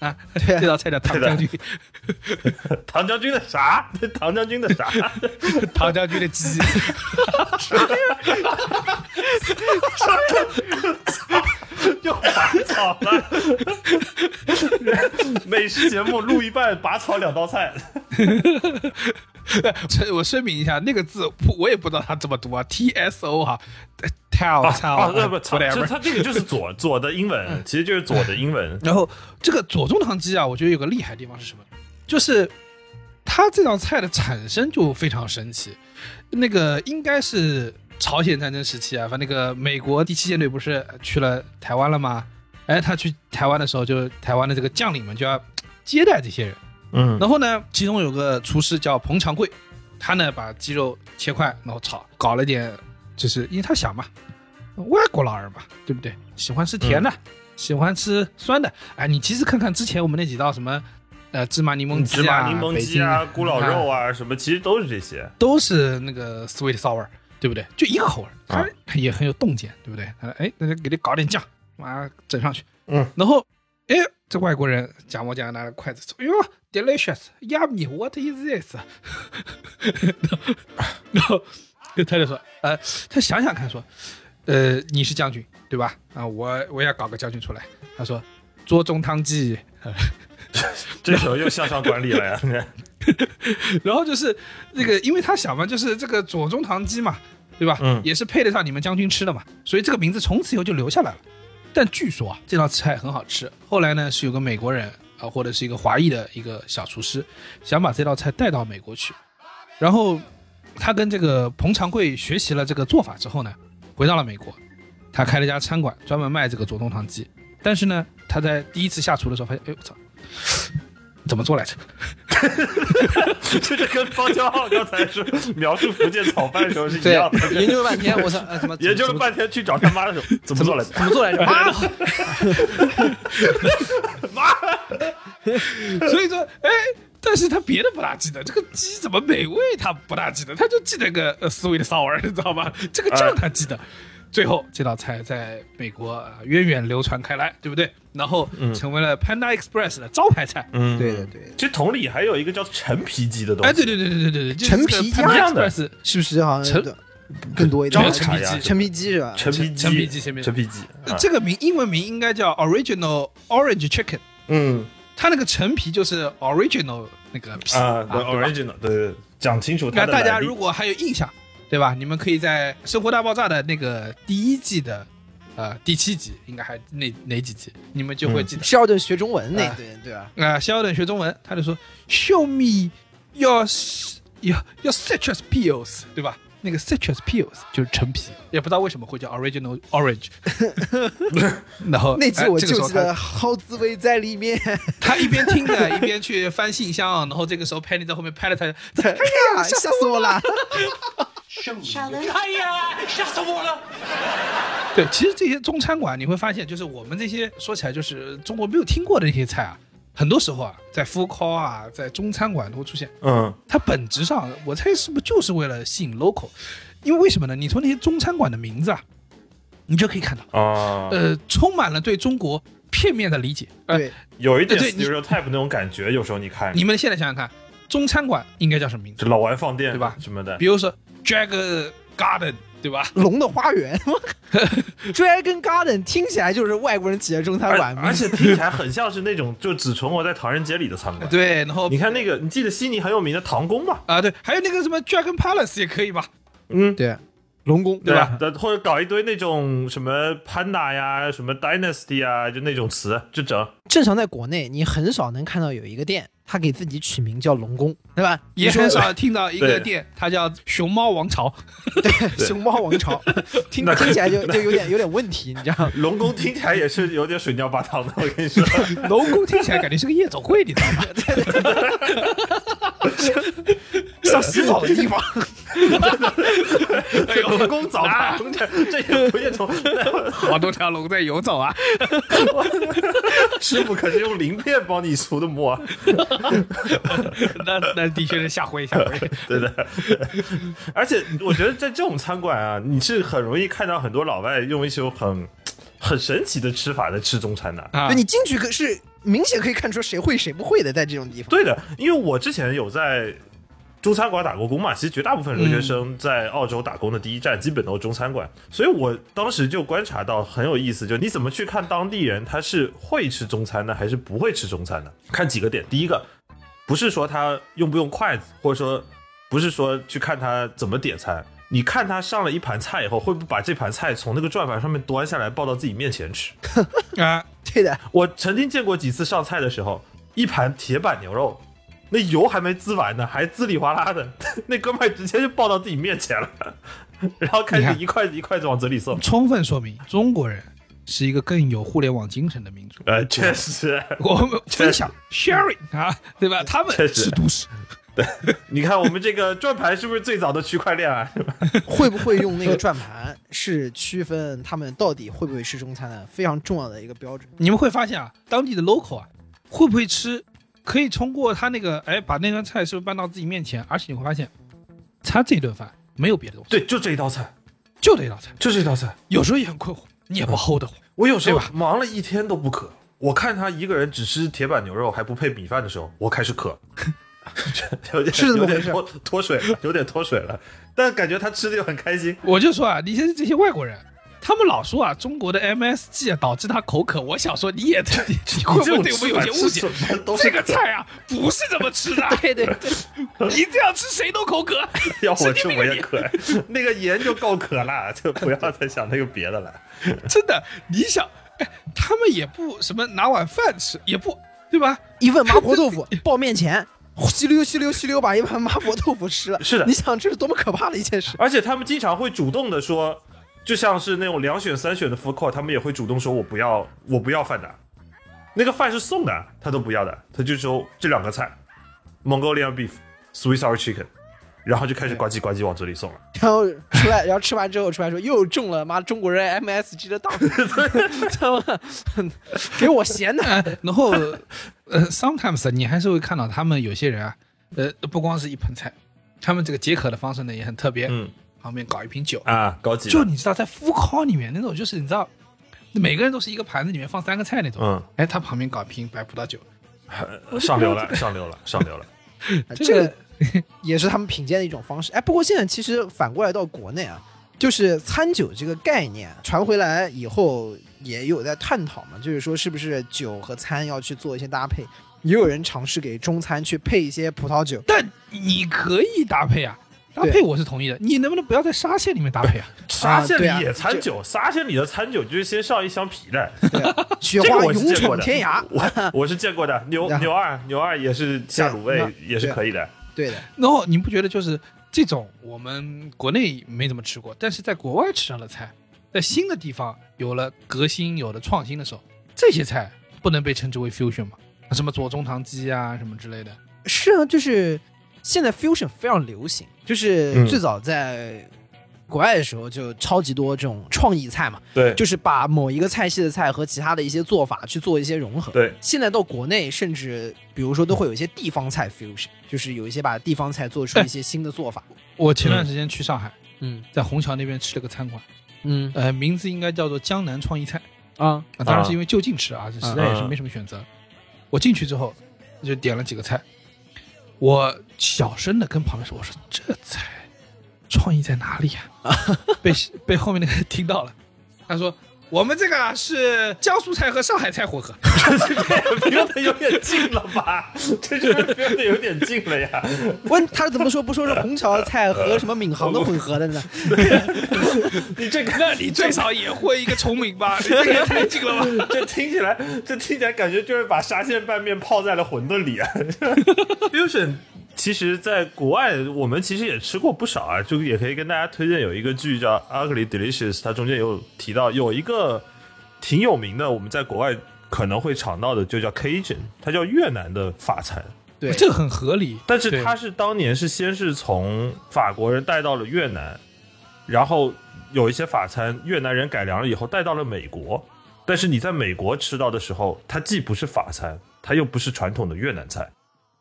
啊，这道菜叫唐将军，唐将军的啥？唐将军的啥？ 唐将军的鸡， 又拔草了。美食节目录一半，拔草两道菜。这我声明一下，那个字不我也不知道它怎么读啊，T S O 哈，tell 啊， tell 那不，草这 whatever。嗯它这个就是左左的英文，其实就是左的英文。然后这个左宗棠鸡啊，我觉得有个厉害的地方是什么？就是它这道菜的产生就非常神奇。那个应该是朝鲜战争时期啊，反正那个美国第七舰队不是去了台湾了吗？哎，他去台湾的时候，就台湾的这个将领们就要接待这些人。嗯然后呢，其中有个厨师叫彭长贵，他呢把鸡肉切块，然后炒，搞了点，就是因为他想嘛，外国老人嘛，对不对？喜欢吃甜的，喜欢吃酸的。哎，你其实看看之前我们那几道什么，呃，芝麻柠檬嗯芝鸡麻啊，柠檬北鸡京啊，咕老肉啊，什么其实都是这些。都是那个 sweet sour，对不对？就一个口味儿，啊它也很有洞见，对不对？他说哎，那就给你搞点酱，妈整上去，嗯，然后哎，这外国人假模假样拿着筷子说，哎呦，delicious，yummy，what is this？然后他就说，呃，他想想看，说，呃，你是将军对吧？啊，我我也搞个将军出来。他说，桌中汤鸡。这时候又向上管理了 呀。然后就是那个，因为他想嘛，就是这个左宗棠鸡嘛，对吧？嗯也是配得上你们将军吃的嘛，所以这个名字从此以后就留下来了。但据说啊，这道菜很好吃。后来呢，是有个美国人啊、或者是一个华裔的一个小厨师，想把这道菜带到美国去。然后他跟这个彭长贵学习了这个做法之后呢，回到了美国，他开了一家餐馆，专门卖这个左宗棠鸡。但是呢，他在第一次下厨的时候发现，哎呦我操，怎么做来着？这就跟方骄傲刚才是描述福建炒饭的时候是一对样的，。研究了半天，我操，哎怎么研究怎了么半天去找他妈的时候，怎么做来着？怎么做来着？妈， 所以说，哎，但是他别的不大记得，这个鸡怎么美味他不大记得，他就记得个呃 sweet sour，你知道吗？这个酱他记得。最后这道菜在美国、呃源远流传开来，对不对？然后成为了 Panda Express 的招牌菜。嗯，对的对的，其实同理还有一个叫陈皮鸡的东西。哎，对对对对对对，就是陈皮这个 Panda 酱的 Express 是不是好像陈更多一找点？个查一下陈皮鸡是吧？陈皮鸡，陈皮鸡前面陈皮鸡，呃啊这个名英文名应该叫 Original Orange Chicken，嗯它那个陈皮就是 Original 那个皮啊对对吧，original，对对，对讲清楚它那的大家来历如果还有印象，对吧？你们可以在《生活大爆炸》的那个第一季的，呃，第七集，应该还哪哪几集，你们就会记得。是要顿学中文那啊对对吧？啊、肖恩学中文，他就说 “Show me your your your citrus peels”，对吧？那个 citrus peels 就是陈皮，也不知道为什么会叫 original orange。然后那集哎我这就个时候哎记得他好滋味在里面。他一边听着一边去翻信箱，然后这个时候 Penny 在后面拍了他， 哎 呀，吓死我了！对，其实这些中餐馆你会发现，就是我们这些说起来就是中国没有听过的一些菜啊，很多时候啊，在 food call 啊，在中餐馆都会出现。嗯，它本质上，我猜是不是就是为了吸引 local？因为为什么呢？你从那些中餐馆的名字啊，你就可以看到，啊，哎呃，充满了对中国片面的理解。呃，对，有一点对你 stereotype 那种感觉，有时候你看你们现在想想看，中餐馆应该叫什么名字？这老玩放电对吧什么的比，如说 Dragon Garden，对吧？龙的花园，Dragon Garden 听起来就是外国人起的中餐而馆，而且听起来很像是那种就只存活在唐人街里的 餐馆。对，然后你看那个，你记得悉尼很有名的唐宫吧？啊、对，还有那个什么 Dragon Palace 也可以吧？嗯，对龙宫对对吧？吧？ 对啊或者搞一堆那种什么 Panda 呀、什么 Dynasty 啊，就那种词，就整。正常在国内，你很少能看到有一个店，他给自己取名叫龙宫，对吧？也很 少听到一个对店，它叫熊猫王 朝。对，熊猫王朝，听那听起来就就有点有点问题，你知 道吗？龙宫听起来也是有点水尿八汤的，我跟你 说，龙宫听起来感觉是个夜总会，你知道 吗？ 像洗澡的地方。成功早盘，这个不夜虫，好多条龙在游走啊！ 师傅可是用鳞片帮你除的啊魔，那那的确是下回下 回。对的。而且我觉得在这种餐馆啊，你是很容易看到很多老外用一些很很神奇的吃法在吃中餐的。啊就你进去可是明显可以看出谁会谁不会的，在这种地方。对的，因为我之前有在中餐馆打过工嘛，其实绝大部分留学嗯生在澳洲打工的第一站基本都是中餐馆，所以我当时就观察到很有意思，就你怎么去看当地人他是会吃中餐呢，还是不会吃中餐呢？看几个点，第一个不是说他用不用筷子，或者说不是说去看他怎么点餐。你看他上了一盘菜以后，会不会把这盘菜从那个转盘上面端下来抱到自己面前吃？啊，对的，我曾经见过几次上菜的时候，一盘铁板牛肉，那油还没滋完呢，还滋里哗啦的， 那哥们儿直接就抱到自己面前了， 然后开你始看一筷子一筷子往嘴里送。充分说明中国人是一个更有互联网精神的民族。呃，确实， 我们分享 sharing 啊，对吧？他们确实是都市，你看我们这个转盘是不是最早的区块链啊？会不会用那个转盘是区分他们到底会不会吃中餐的非常重要的一个标准。你们会发现啊，当地的 local 啊，会不会吃，可以通过他那个，哎，把那道菜是不是搬到自己面前，而且你会发现，他这顿饭没有别的东西， 对，就这一道菜，就这一道菜，就这道菜。有时候也很困惑，你也不齁得慌。我有时候对吧哎忙了一天都不渴，我看他一个人只吃铁板牛肉还不配米饭的时候，我开始渴， 有点是这么回有点事脱脱水了，有点脱水了，但感觉他吃的又很开心。我就说啊，你现在这些外国人。他们老说啊，中国的 MSG 啊导致他口渴。我想说，你也 你会不会对我们有些误解？都这个菜啊，不是这么吃的。 对对对，你这样吃谁都 口渴。 要我神吃经病我啊也你渴， 那个盐就够渴了，就不要再想那个别的了。真的，你想，哎，他们也不什么拿碗饭吃，也不对吧？一份麻婆豆 腐抱面前，吸溜吸溜吸溜把一盘麻婆豆腐吃了。是的你想这是多么可怕的一件事？而且他们经常会主动的说，就像是那种两选三选的 food court，他们也会主动说我不要，我不要饭的，那个饭是送的，他都不要的，他就说这两个菜，Mongolian beef, Swiss sour chicken，然后就开始呱唧呱唧往嘴里送了。然后出来，然后吃完之后出来说又中了妈中国人 MSG 的当， 他 们给我咸 的。呃，然后呃，sometimes 啊你还是会看到他们有些人啊，呃，不光是一盆菜，他们这个解渴的方式呢也很特别，嗯旁边搞一瓶酒，啊，高级就你知道在 f o 里面那种，就是你知道。每个人都是一个盘子里面放三个菜那种，嗯哎，他旁边搞一瓶白葡萄酒，上流了，上流了，上流了。这这个也是他们品鉴的一种方式。哎，不过现在其实反过来到国内啊，就是餐酒这个概念传回来以后，也有在探讨嘛，就是说是不是酒和餐要去做一些搭配，也有人尝试给中餐去配一些葡萄酒。但你可以搭配啊，搭对配我是同意的，你能不能不要在沙县里面搭配啊？ 沙县对啊里野餐酒，沙县里的餐酒就是先上一箱啤的，对啊，雪这个花我是勇见过闯的天 涯，我我是见过的，牛然后牛二牛二也是下对卤味那也是可以的，对的，然后你不觉得就是这种我们国内没怎么吃过，但是在国外吃上的菜，在新的地方有了革新、有了创新的时候，这些菜不能被称之为 fusion 吗？啊什么左宗棠鸡啊，什么之类的，是啊，就是现在 fusion 非常流行，就是嗯最早在国外的时候就超级多这种创意菜嘛，对就是把某一个菜系的菜和其他的一些做法去做一些融合。对现在到国内，甚至比如说都会有一些地方菜 fusion，就是有一些把地方菜做出一些新的做法。我前段时间去上海，嗯在虹桥那边吃了个餐馆，嗯呃，名字应该叫做江南创意菜啊啊，当然是因为就近吃啊，这实在也是没什么选择。我进去之后就点了几个菜，我小声的跟旁边说：“我说这菜创意在哪里呀、 被被后面那个人听到了，他说：“我们这个啊是江苏菜和上海菜混合。标的有点近了吧？这就是标的有点近了呀。 问他怎么说不说是虹桥菜和什么闵行的混合的 呢？你这个，那你最少也会一个崇明吧？你这个也太近了吧？这听起来，这听起来感觉就是把沙县拌面泡在了馄饨里啊。Fusion 其实，在国外我们其实也吃过不少啊，就也可以跟大家推荐有一个剧叫《Ugly Delicious》，它中间有提到有一个挺有名的，我们在国外可能会尝到的，就叫 Cajun，它叫越南的法餐。对，这个很合理，但是对他是当年是先是从法国人带到了越南，然后有一些法餐越南人改良了以后带到了美国，但是你在美国吃到的时候，它既不是法餐，它又不是传统的越南菜，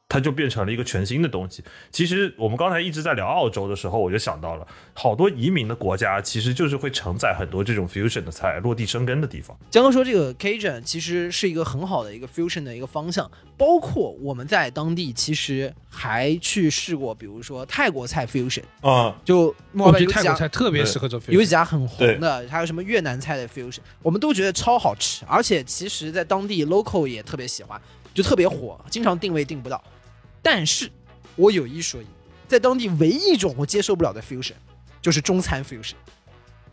它就变成了一个全新的东西。其实我们刚才一直在聊澳洲的时候，我就想到了好多移民的国家，其实就是会承载很多这种 fusion 的菜落地生根的地方。江哥说，这个 Cajun 其实是一个很好的一个 fusion 的一个方向，包括我们在当地其实还去试过，比如说泰国菜 fusion，啊、就墨我尔本觉得有几哦泰国家菜特别适合做 fusion，有几家很对红的，还有什么越南菜的 fusion，我们都觉得超好吃，而且其实在当地 local 也特别喜欢，就特别火，经常定位定不到。但是我有一说一，在当地唯一一种我接受不了的 fusion 就是中餐 fusion，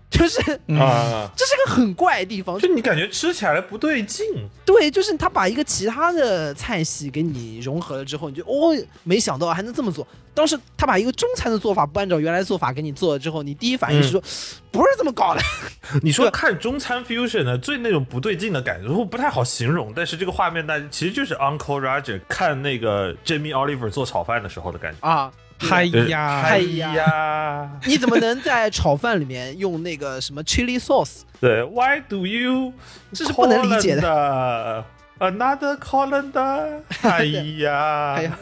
就是 嗯啊，这是个很怪的地方，就你感觉吃起来不对劲，对，就是他把一个其他的菜系给你融合了之后，你就哦，没想到还能这么做。当时他把一个中餐的做法不按照原来做法给你做了之后，你第一反应是说、嗯不是这么搞的， 你说看中餐 fusion 呢，最那种不对劲的感觉，我不太好形容，但是这个画面大家其实就是 Uncle Roger 看那个 Jamie Oliver 做炒饭的时候的感觉。 啊。嗨就是呀，嗨呀呀，你怎么能在炒饭里面用那个什么 chili sauce？对，Why do you？这是不能理解的。Another colander，哎啊呀，哎呀，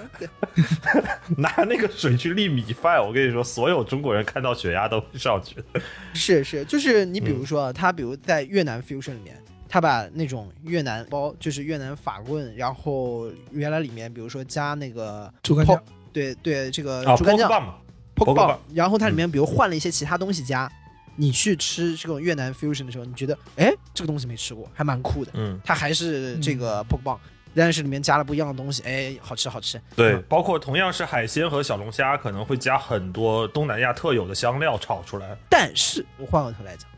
拿那个水去沥米饭，我跟你说，所有中国人看到血压都会上去的。是是，就是你比嗯如说啊，他比如在越南 fusion 里面，他把那种越南包，就是越南法棍，然后原来里面比如说加那个猪肝酱哦 pork- 对对，这个啊呃猪肝，Pork 酱。棒嘛， p o k Poke b a l Bowl 然后它里面比如换了一些其他东西加，你去吃这种越南 fusion 的时候，你觉得哎这个东西没吃过，还蛮酷的。嗯，它还是这个 p o k b a l 但是里面加了不一样的东西，哎，好吃好吃。对，包括同样是海鲜和小龙虾，可能会加很多东南亚特有的香料炒出来。但是我换过头来讲，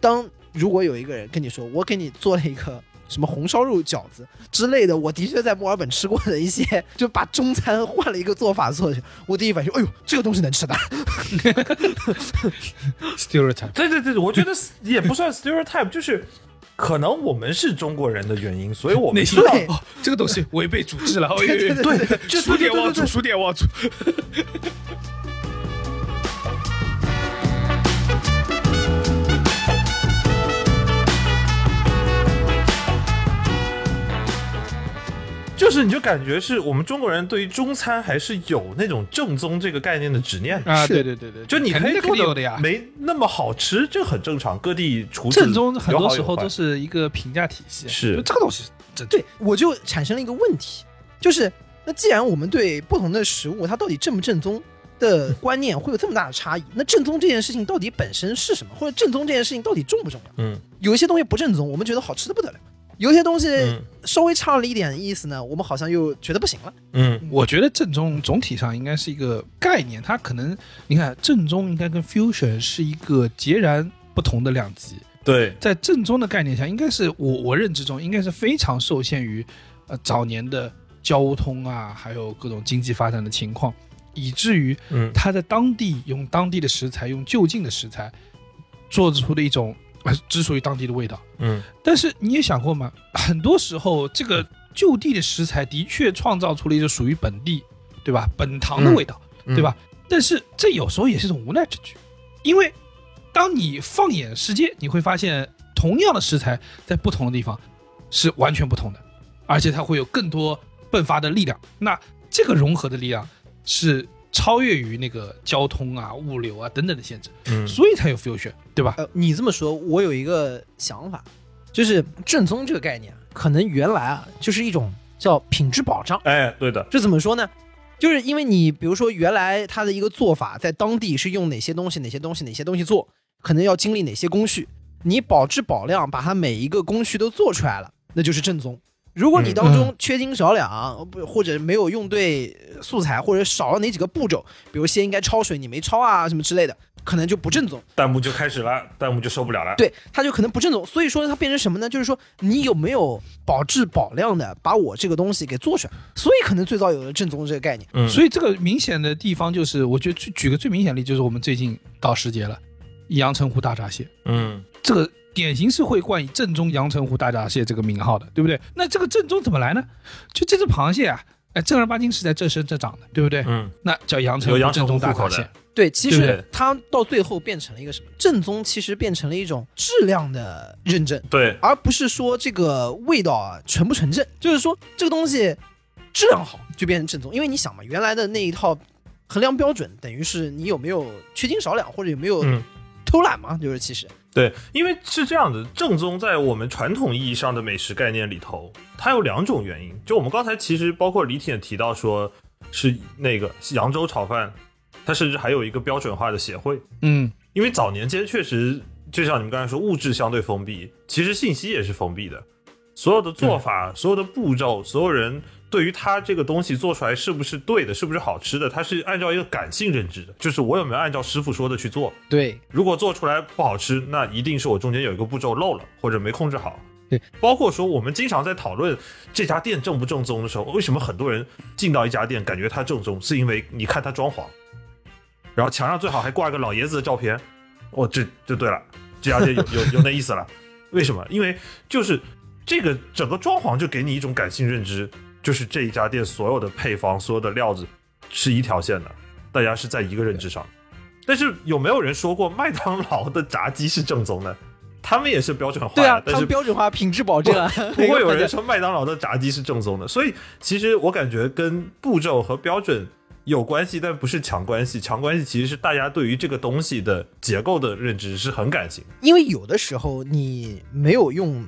当如果有一个人跟你说我给你做了一个什么红烧肉饺子之类的，我的确在墨尔本吃过的一些，就把中餐换了一个做法做下去，我第一反应说，哎呦，这个东西能吃的。 stereotype，对对对，我觉得 也不算 stereotype，就是可能我们是中国人的原因，所以我们内知心道。对哦，这个东西违背主治了，哎呦对对对对这数典忘对对对对祖，数典忘祖。就是你就感觉是我们中国人对于中餐还是有那种正宗这个概念的执念的。啊，是对对对对，就你肯可以定做肯定得有的呀。没那么好吃，这很正常。各地厨子正宗很多时候都是是一个评价体系，是就这个东西正宗对，我就产生了一个问题，就是那既然我们对不同的食物它到底正不正宗的观念会有这么大的差异，那正宗这件事情到底本身是什么，或者正宗这件事情到底重不重要？嗯，有一些东西不正宗，我们觉得好吃的不得了；有一些东西嗯稍微差了一点意思呢，我们好像又觉得不行了。嗯我觉得正宗总体上应该是一个概念，它可能你看正宗应该跟 fusion 是一个截然不同的两极。对在正宗的概念下，应该是我我认知中应该是非常受限于呃早年的交通啊，还有各种经济发展的情况，以至于嗯他在当地用当地的食材，用就近的食材，做出的一种呃只属于当地的味道。嗯但是你也想过吗？很多时候，这个就地的食材的确创造出了一种属于本地，对吧？本堂的味道，嗯对吧？但是这有时候也是一种无奈之举，因为当你放眼世界，你会发现同样的食材在不同的地方是完全不同的，而且它会有更多迸发的力量。那这个融合的力量是超越于那个交通啊、物流啊等等的限制，嗯所以才有 fusion，对吧？呃，你这么说，我有一个想法，就是正宗这个概念，可能原来啊就是一种叫品质保障。哎，对的，这怎么说呢？就是因为你比如说原来它的一个做法，在当地是用哪些东西、哪些东西、哪些东西做，可能要经历哪些工序，你保质保量把它每一个工序都做出来了，那就是正宗。如果你当中缺斤少两，不或者没有用对素材，或者少了哪几个步骤，比如先应该焯水你没焯啊什么之类的，可能就不正宗。弹幕就开始了，弹幕就受不了了。对，它就可能不正宗。所以说它变成什么呢？就是说你有没有保质保量的把我这个东西给做出来，所以可能最早有了正宗这个概念。嗯所以这个明显的地方就是，我觉得举举个最明显的例子，就是我们最近到时节了，阳澄湖大闸蟹，嗯。这个典型是会冠以正宗阳澄湖大闸蟹这个名号的，对不对？那这个正宗怎么来呢？就这只螃蟹啊，哎，正儿八经是在这生这长的，对不对？嗯，那叫阳有城阳正澄宗湖大户口卡的县。对，其对不实对它到最后变成了一个什么？正宗其实变成了一种质量的认证，对，而不是说这个味道啊纯不纯正。就是说这个东西质量好就变成正宗，因为你想嘛，原来的那一套衡量标准等于是你有没有缺斤少两，或者有没有嗯偷懒嘛，就是其实对，因为是这样的，正宗在我们传统意义上的美食概念里头，它有两种原因。就我们刚才其实包括李铁提到说，是那个扬州炒饭，它甚至还有一个标准化的协会，嗯，因为早年间确实就像你们刚才说，物质相对封闭，其实信息也是封闭的，所有的做法、所有的步骤、所有人。对于它这个东西做出来是不是对的，是不是好吃的，它是按照一个感性认知的，就是我有没有按照师傅说的去做。对。如果做出来不好吃，那一定是我中间有一个步骤漏了，或者没控制好。对，包括说我们经常在讨论这家店正不正宗的时候，为什么很多人进到一家店感觉它正宗，是因为你看它装潢，然后墙上最好还挂一个老爷子的照片，哦，这就对了，这家店有 有有那意思了。为什么？因为就是这个整个装潢就给你一种感性认知，就是这一家店所有的配方、所有的料子是一条线的，大家是在一个认知上。但是有没有人说过麦当劳的炸鸡是正宗的？他们也是标准化的，对啊，他但是们标准化品质保证啊， 不会有人说麦当劳的炸鸡是正宗的。所以其实我感觉跟步骤和标准有关系，但不是强关系。强关系其实是大家对于这个东西的结构的认知是很感性的。因为有的时候你没有用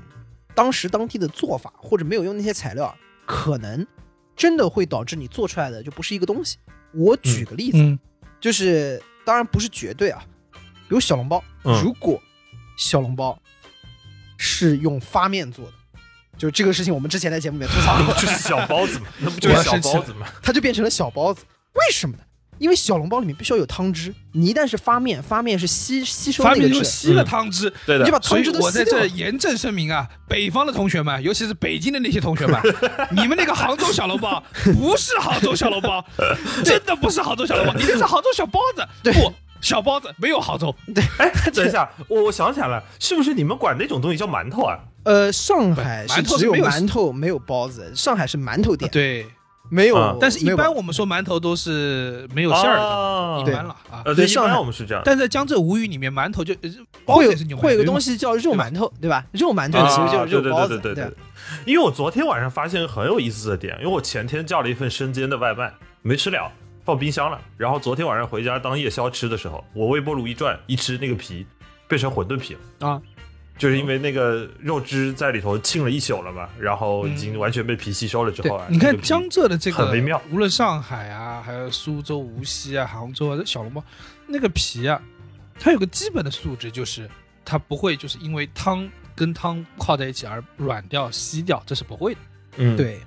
当时当地的做法，或者没有用那些材料，可能真的会导致你做出来的就不是一个东西。我举个例子，嗯就是当然不是绝对啊，比如小笼包，嗯如果小笼包是用发面做的，就是这个事情我们之前在节目里面吐槽过，就是 小包 子嘛，那不就是小包子 嘛？它就变成了小包子。为什么呢？因为小笼包里面必须要有汤汁，你一旦是发面，发面是吸吸收发那明个就汁，吸了汤汁。对你就把的，所汤以汁，都我吸在掉这了。严正声明啊，北方的同学们，尤其是北京的那些同 学们，你们那个杭州小笼包不是杭州小笼包，真的不是杭州小笼包，你那是杭州小包子。对不，小包子没有杭州，哎，等一下，我我想起来了，是不是你们管那种东西叫馒头啊？呃，上海是馒头是只有没有啊馒头没有包子，上海是馒头店，对。没有啊。但是，一没有包般子我们说馒头都是没有馅儿的，啊一般了啊。呃，对对，一上海般我们是这样。但在江浙吴语里面，馒头就呃包会子有也是牛会有个东西，西叫肉馒头，对吧？肉馒头啊，其实 就是肉对对包对子，对对吧。因为我昨天晚上发现很有意思的点，因为我前天叫了一份生煎的外卖，没吃了，放冰箱了。然后昨天晚上回家当夜宵吃的时候，我微波炉一转，一吃那个皮变成馄饨皮了啊， 就是因为那个肉汁在里头浸了一宿了嘛，然后已经完全被皮吸收了之对后啊，，你那看个皮江浙的这个很微妙，无论上海啊，还有苏州、无锡啊、杭州啊，这小笼包那个皮啊，它有个基本的素质，就是它不会就是因为汤跟汤靠在一起而软掉、稀掉，这是不会的。嗯，对，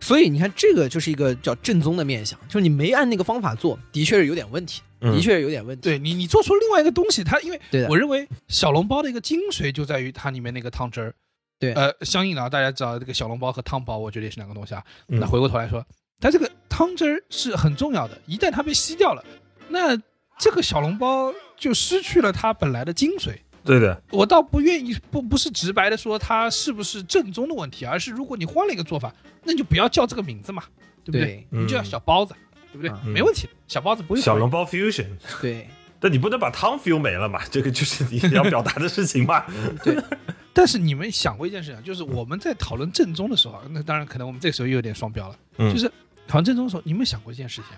所以你看，这个就是一个叫正宗的面相，就是你没按那个方法做，的确是有点问题，嗯的确是有点问题。对你，你做出另外一个东西，它因为对的我认为小笼包的一个精髓就在于它里面那个汤汁儿。对呃，相应的啊，大家知道这个小笼包和汤包，我觉得也是两个东西啊。嗯那回过头来说，它这个汤汁儿是很重要的，一旦它被吸掉了，那这个小笼包就失去了它本来的精髓。对的，我倒不愿意不不是直白的说它是不是正宗的问题，而是如果你换了一个做法，那你就不要叫这个名字嘛，对不对？对嗯你就叫小包子，对不对？嗯没问题，小包子不会小毁笼包 fusion。对但你不能把汤 feel 没了嘛，这个就是你要表达的事情嘛。但是你们想过一件事情，啊就是我们在讨论正宗的时候，啊那当然可能我们这时候又有点双标了，嗯就是讨论正宗的时候，你们想过一件事情？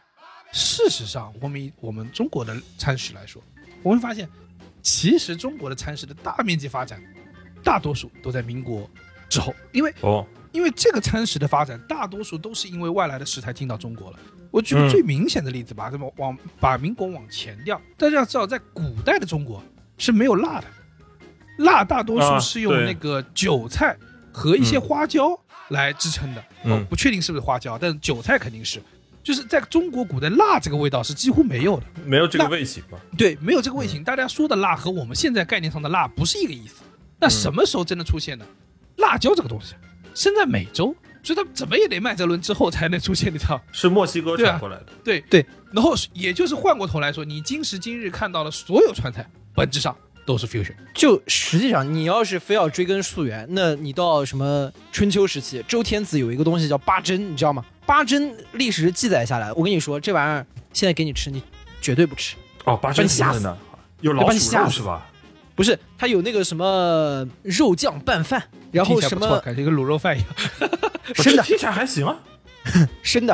事实上，我们以我们中国的餐食来说，我会发现，其实中国的餐食的大面积发展，大多数都在民国之后，因为哦，因为这个餐食的发展，大多数都是因为外来的食材进到中国了。我举个嗯最明显的例子吧，这么往把民国往前调，大家要知道，在古代的中国是没有辣的，辣大多数啊是用对那个韭菜和一些嗯花椒来支撑的。嗯哦，不确定是不是花椒，但是韭菜肯定是。就是在中国古代，辣这个味道是几乎没有的。没有这个那味型嘛。对，没有这个味嗯型，大家说的辣和我们现在概念上的辣不是一个意思。嗯那什么时候真的出现呢？辣椒这个东西生在美洲，所以它怎么也得麦哲伦之后才能出现，你知 道？是墨西哥对啊传过来的。对对，然后也就是换过头来说，你今时今日看到的所有川菜，本质上都是 fusion。就实际上，你要是非要追根溯源，那你到什么春秋时期，周天子有一个东西叫八珍，你知道吗？八珍历史记载下来，我跟你说，这玩意儿现在给你吃，你绝对不吃。哦，八珍吓死的呢，有要老把你鼠吓肉死是吧？不是，它有那个什么肉酱拌饭，然后听起来什不错么感觉跟卤肉饭一 样。不生的听起来还行啊。生的，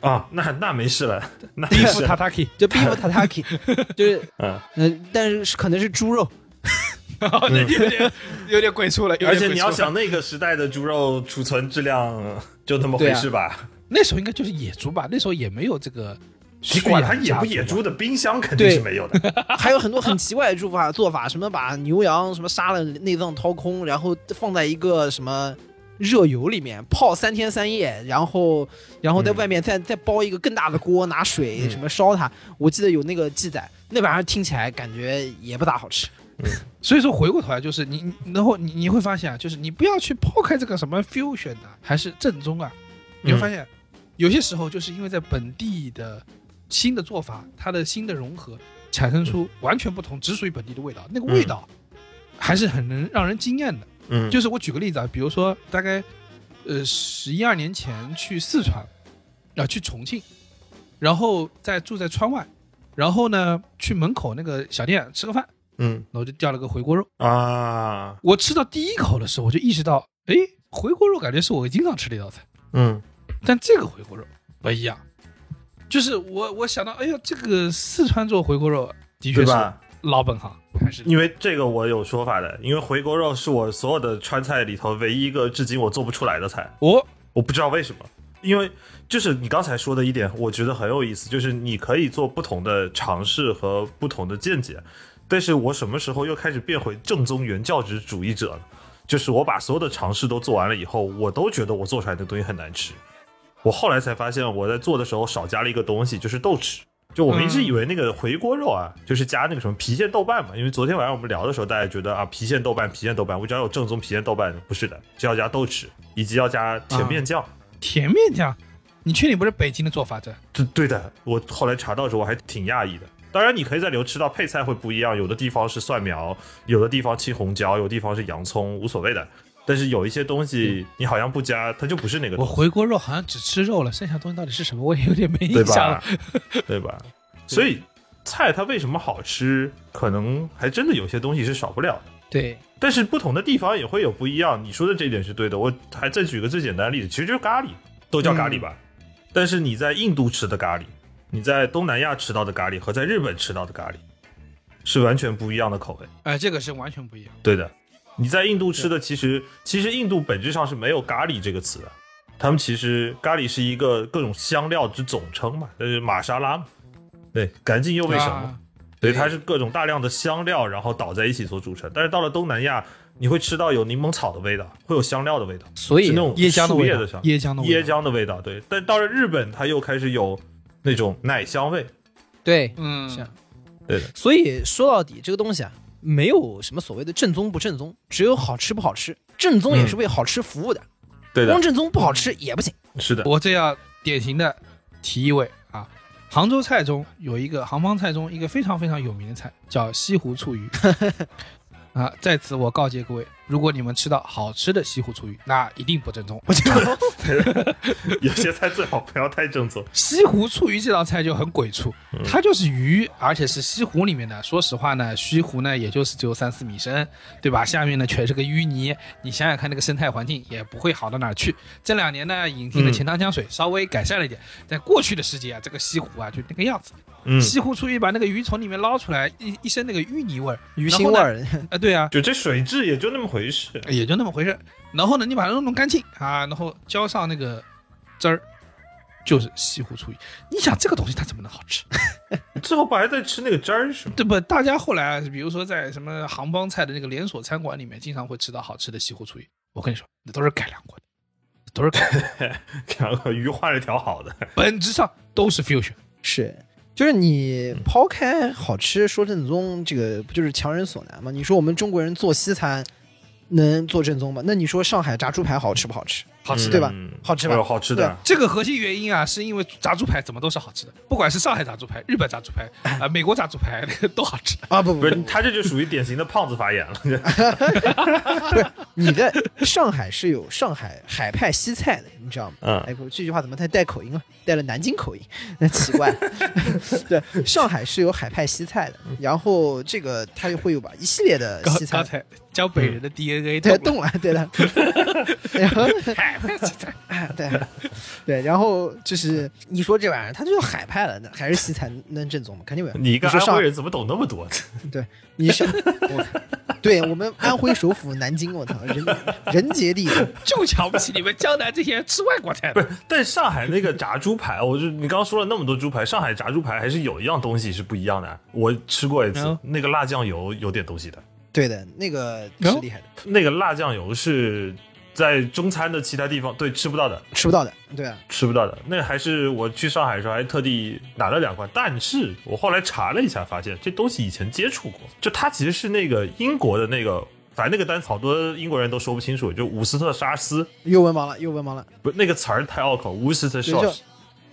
啊，那那没事了，那没第一副事了。 tataki， 就 beef tataki，就是嗯，嗯、但是可能是猪 肉，有点有点鬼畜了。有点而且你要鬼畜了想那个时代的猪肉储存质量就那么对回啊事吧？那时候应该就是野猪吧？那时候也没有这个 你驯养管家族吧。它野不野猪的，冰箱肯定是没有的。还有很多很奇怪的做法做法，什么把牛羊什么杀了内脏掏空，然后放在一个什么热油里面泡三天三夜，然后然后在外面嗯再、再包一个更大的锅，拿水什么烧它。我记得有那个记载，那玩意儿听起来感觉也不咋好吃。所以说回过头来就是你，你然后你你会发现啊，就是你不要去抛开这个什么 fusion 啊，还是正宗啊，你会发现、有些时候就是因为在本地的新的做法，它的新的融合，产生出完全不同、只属于本地的味道，那个味道还是很能让人惊艳的。嗯，就是我举个例子啊，比如说大概呃十一二年前去四川，啊、去重庆，然后再住在川外，然后呢去门口那个小店吃个饭，嗯然后就叫了个回锅肉。啊，我吃到第一口的时候，我就意识到，哎，回锅肉感觉是我经常吃的一道菜，嗯但这个回锅肉不一样。就是我我想到，哎呀，这个四川做回锅肉的确对是吧？老本行，还是因为这个我有说法的，因为回锅肉是我所有的川菜里头唯一一个至今我做不出来的菜。我我不知道为什么，因为就是你刚才说的一点，我觉得很有意思，就是你可以做不同的尝试和不同的见解，但是我什么时候又开始变回正宗原教旨主义者了？就是我把所有的尝试都做完了以后，我都觉得我做出来的东西很难吃。我后来才发现，我在做的时候少加了一个东西，就是豆豉。就我们一直以为那个回锅肉啊，就是加那个什么郫县豆瓣嘛，因为昨天晚上我们聊的时候，大家觉得啊，郫县豆瓣，郫县豆瓣，我只要有正宗郫县豆瓣，不是的，就要加豆豉，以及要加甜面酱。甜面酱，你确定不是北京的做法？这对对的，我后来查到的时候我还挺讶异的。当然，你可以在留吃到配菜会不一样，有的地方是蒜苗，有的地方青红椒，有的地方是洋葱，无所谓的。但是有一些东西你好像不加，它就不是那个我东西，回锅肉好像只吃肉了，剩下东西到底是什么，我也有点没对印象吧了。？对吧？所以菜它为什么好吃，可能还真的有些东西是少不了的。对，但是不同的地方也会有不一样。你说的这一点是对的。我还再举个最简单的例子，其实就是咖喱，都叫咖喱吧。但是你在印度吃的咖喱，你在东南亚吃到的咖喱和在日本吃到的咖喱是完全不一样的口味。哎、这个是完全不一样。对的，你在印度吃的其实其实印度本质上是没有咖喱这个词的，他们其实咖喱是一个各种香料之总称嘛，呃，玛莎拉嘛。对，干净又卫生嘛。啊所以它是各种大量的香料，然后倒在一起所组成。但是到了东南亚，你会吃到有柠檬草的味道，会有香料的味道，所是以那种椰浆的树味叶道的香，椰浆的味道椰浆的味道。对，但到了日本，它又开始有那种奶香味。对，嗯，是啊对的，所以说到底这个东西啊，没有什么所谓的正宗不正宗，只有好吃不好吃。正宗也是为好吃服务的，嗯对的光，正宗不好吃也不行。是的，我这要典型的提一位啊，杭州菜中有一个杭帮菜中一个非常非常有名的菜叫西湖醋 鱼啊，在此我告诫各位，如果你们吃到好吃的西湖醋鱼，那一定不正宗。有些菜最好不要太正宗。西湖醋鱼这道菜就很鬼畜，嗯它就是鱼，而且是西湖里面的。说实话呢，西湖呢也就是只有三四米深，对吧？下面呢全是个淤泥，你想想看，那个生态环境也不会好到哪儿去。这两年呢，引进了嗯钱塘江水，稍微改善了一点。在过去的世界啊，这个西湖啊就那个样子。嗯，西湖醋鱼把那个鱼从里面捞出来，一一身那个淤泥味儿，鱼然腥后味呢儿， 啊，对啊，就这水质也就那么回事。也就那么回事。然后呢，你把它弄弄干净啊，然后浇上那个汁儿，就是西湖醋鱼。你想这个东西它怎么能好吃？ 最后不还在吃那个汁儿是吗？ 对不？大家后来啊，比如说在什么杭帮菜的那个连锁餐馆里面，经常会吃到好吃的西湖醋鱼。我跟你说，那都是改良过的，都是改然后鱼换了条好的。本质上都是 fusion。是，就是你抛开好吃说正宗，这个不就是强人所难吗？你说我们中国人做西餐能做正宗吗？那你说上海炸猪排好吃不好吃？好吃对吧嗯好吃哎呦吧？好吃对的啊，这个核心原因啊，是因为炸猪排怎么都是好吃的，不管是上海炸猪排、日本炸猪 排啊、美国炸猪排都好吃。啊不不不不是，他这就属于典型的胖子发言了。你在上海是有上海海派西菜的，你知道吗？嗯哎，我这句话怎么太带口音了？啊带了南京口音，那奇怪了。 对，上海是有海派西菜的，嗯然后这个它就会有吧一系列的刚西菜刚。才江北人的 DNA 对，动动了，对的。 然后，哎了， 海派西菜，对，对，然后就是你说这玩意儿，它就是海派了，那还是西菜能正宗吗？肯定没有。你一个说安上徽人怎么懂那么多？对，你想，我对我们安徽首府南京，我操，人人杰地灵。就瞧不起你们江南这些人吃外国菜不的。是，但上海那个炸猪排， 我就你刚刚说了那么多猪排，上海炸猪排还是有一样东西是不一样的。我吃过一次，嗯那个辣酱油有点东西的，对的，那个是厉害的，那个辣酱油是在中餐的其他地方对吃不到的，吃不到的。对啊，吃不到的。那还是我去上海的时候还特地拿了两罐，但是我后来查了一下，发现这东西以前接触过，就它其实是那个英国的那个。反正那个单词好多英国人都说不清楚，就伍斯特沙司，又文盲了，又文盲了。不是那个词儿太拗口，伍斯特对 sauce 就。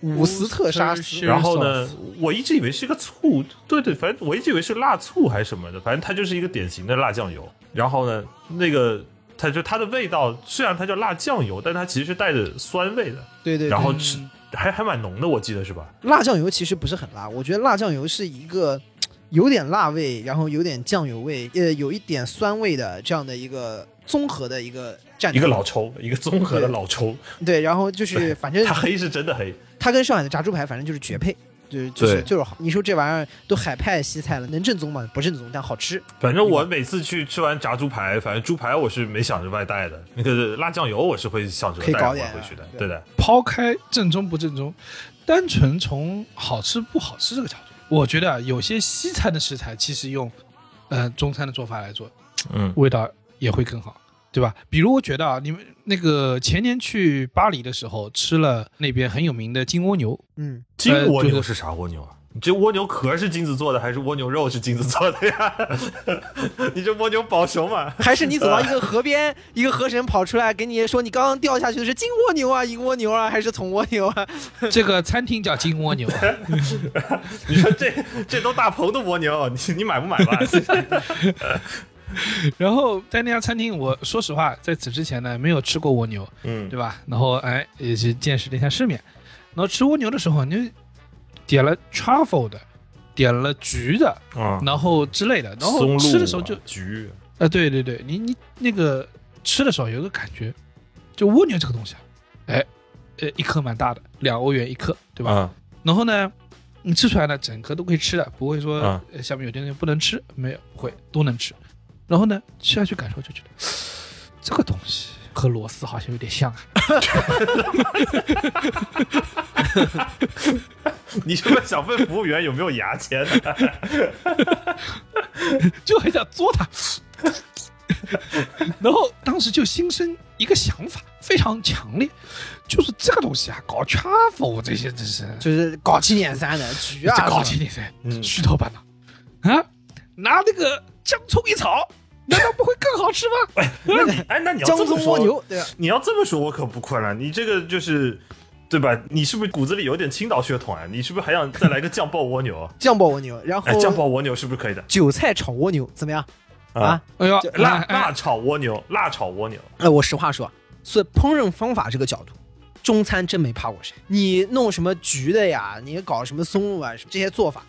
伍斯特沙司，是然后呢，我一直以为是个醋，对对，反正我一直以为是辣醋还是什么的，反正它就是一个典型的辣酱油。然后呢，那个它就它的味道，虽然它叫辣酱油，但它其实是带着酸味的，对对对然后吃还还蛮浓的，我记得是吧？辣酱油其实不是很辣，我觉得辣酱油是一个有点辣味，然后有点酱油味，呃，有一点酸味的这样的一个综合的一个蘸料。一个老抽，一个综合的老抽，哎对，然后就是反正它黑是真的黑，它跟上海的炸猪排反正就是绝配，就是就是对就是好。你说这玩意儿都海派西菜了，能正宗吗？不正宗，但好吃。反正我每次去吃完炸猪排，反正猪排我是没想着外带的，那个辣酱油我是会想着可以搞带点啊回去的，对对的。抛开正宗不正宗，单纯从好吃不好吃这个角度，我觉得啊，有些西餐的食材其实用，呃，中餐的做法来做，嗯味道也会更好，对吧？比如我觉得啊，你们那个前年去巴黎的时候吃了那边很有名的金蜗牛， 嗯，金蜗呃就牛是是啥蜗牛啊？你这蜗牛壳是金子做的，还是蜗牛肉是金子做的呀？ 你这蜗牛保熟嘛？还是你走到一个河边，一个河神跑出来给你说你刚刚掉下去的是金蜗牛啊、银蜗牛啊，还是铜蜗牛啊？这个餐厅叫金蜗牛啊， 你说这这都大棚的蜗牛，你你买不买 吧？然后在那家餐厅，我说实话，在此之前呢，没有吃过蜗牛，嗯，对吧？然后哎，也是见识了一下世面。然后吃蜗牛的时候，你就点了 truffle 的，点了菊的，啊，然后之类嗯的。然后吃的时候就，橘，呃，对对对，你你那个吃的时候有个感觉，就蜗牛这个东西啊，哎，呃，一颗蛮大的，两欧元一颗，对吧？ 啊，然后呢，你吃出来呢，整颗都可以吃的，不会说、嗯呃下面有些东西不能吃，没有，不会都能吃。然后呢，吃下去感受就觉得这个东西和螺丝好像有点像啊。你是不是想问服务员有没有牙签 呢？就很想嘬它。 然后当时就心生一个想法，非常强烈，就是这个东西啊，搞 truffle 这些真是就是搞七点三 的局啊，这搞是吧清点噻，嗯虚头巴脑啊，拿那个姜葱一 炒，难道不会更好吃吗？那你哎，那你要江这么中蜗说，牛，对吧？你要这么说，我可不困了。你这个就是。对吧？你是不是骨子里有点青岛血统啊？你是不是还想再来个酱爆蜗牛？酱爆蜗牛，然后哎，酱爆蜗牛是不是可以的韭菜炒蜗牛怎么样啊？？哎呦这，辣哎辣炒蜗牛，辣炒蜗牛，哎，我实话说，所以烹饪方法这个角度，中餐真没怕过谁。你弄什么橘的呀，你搞什么松露啊，什么这些做法，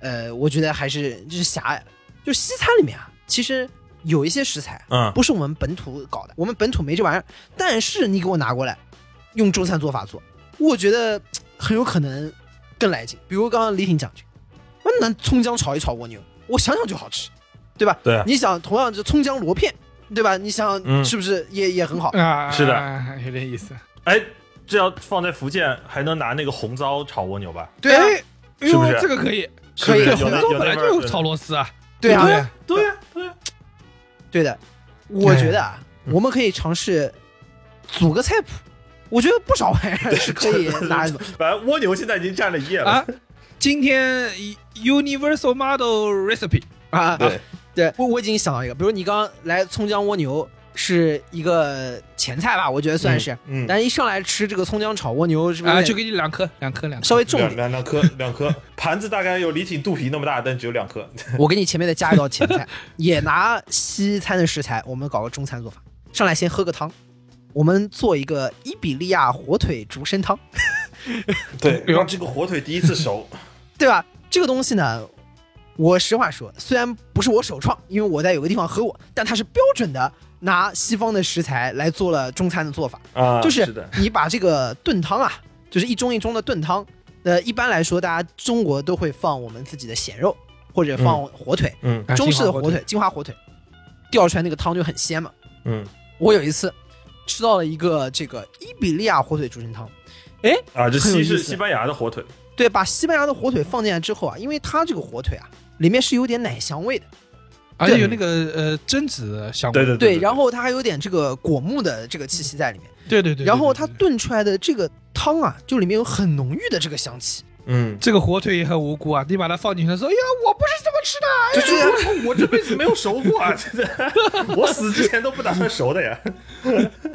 呃，我觉得还是就是狭隘了。就西餐里面啊，其实有一些食材啊嗯不是我们本土搞的，我们本土没这玩意儿，但是你给我拿过来，用中餐做法做，我觉得嘖很有可能更来劲。比如刚刚李挺讲这个，那葱姜炒一炒蜗牛，我想想就好吃，对吧？对啊你想同样就葱姜螺片，对吧？你想嗯是不是也、也很好？啊，是的哎，有点意思。哎，这要放在福建，还能拿那个红糟炒蜗牛吧？对啊，哎，哎是不呦是，这个可以，是不是可以啊有那红有烧本那来味就儿有炒螺丝啊，对不啊，对呀、对呀、对哎的。我对觉得啊，嗯我们可以尝试组个菜谱，我觉得不少玩意儿是可以拿来做。反正蜗牛现在已经占了一页了。啊，今天 Universal Model Recipe 啊，对对，我我已经想到一个，比如你刚刚来葱姜蜗牛，是一个前菜吧，我觉得算是。嗯嗯但是一上来吃这个葱姜炒蜗牛，是不是啊，有点就给你两颗，两颗，两颗。稍微重两点？两两颗两颗，盘子大概有李挺肚皮那么大，但只有两颗。我给你前面再加一道前菜，也拿西餐的食材，我们搞个中餐做法。上来先喝个汤，我们做一个伊比利亚火腿竹参汤，对，呦让这个火腿第一次熟，对吧？这个东西呢，我实话说，虽然不是我首创，因为我在有个地方喝过，但它是标准的拿西方的食材来做了中餐的做法。 啊，就是的，你把这个炖汤啊， 就是一盅一盅的炖汤，呃，一般来说，大家中国都会放我们自己的咸肉或者放火腿，嗯啊中式的金华火腿，金华火腿，调出来那个汤就很鲜嘛。嗯我有一次吃到了一个这个伊比利亚火腿竹参汤，啊，这很有西意是思西班牙的火腿，对，把西班牙的火腿放进来之后啊，因为它这个火腿啊，里面是有点奶香味的，而且有那个呃榛子的香味。对对对，对，然后它还有点这个果木的这个气息在里面，对对对。然后对它对对炖出来的这个汤啊，就里面有很浓郁的这个香气。嗯，这个火腿也很无辜啊，你把它放进去，他说：“哎呀，我不是这么吃的。这哎这我这辈子没有熟过 啊，真的，我死之前都不打算熟的呀。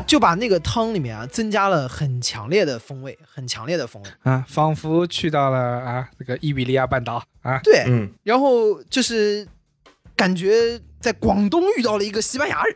就把那个汤里面啊增加了很强烈的风味，很强烈的风味。” 啊，仿佛去到了啊这个伊比利亚半岛啊。对，嗯，然后就是感觉在广东遇到了一个西班牙 人，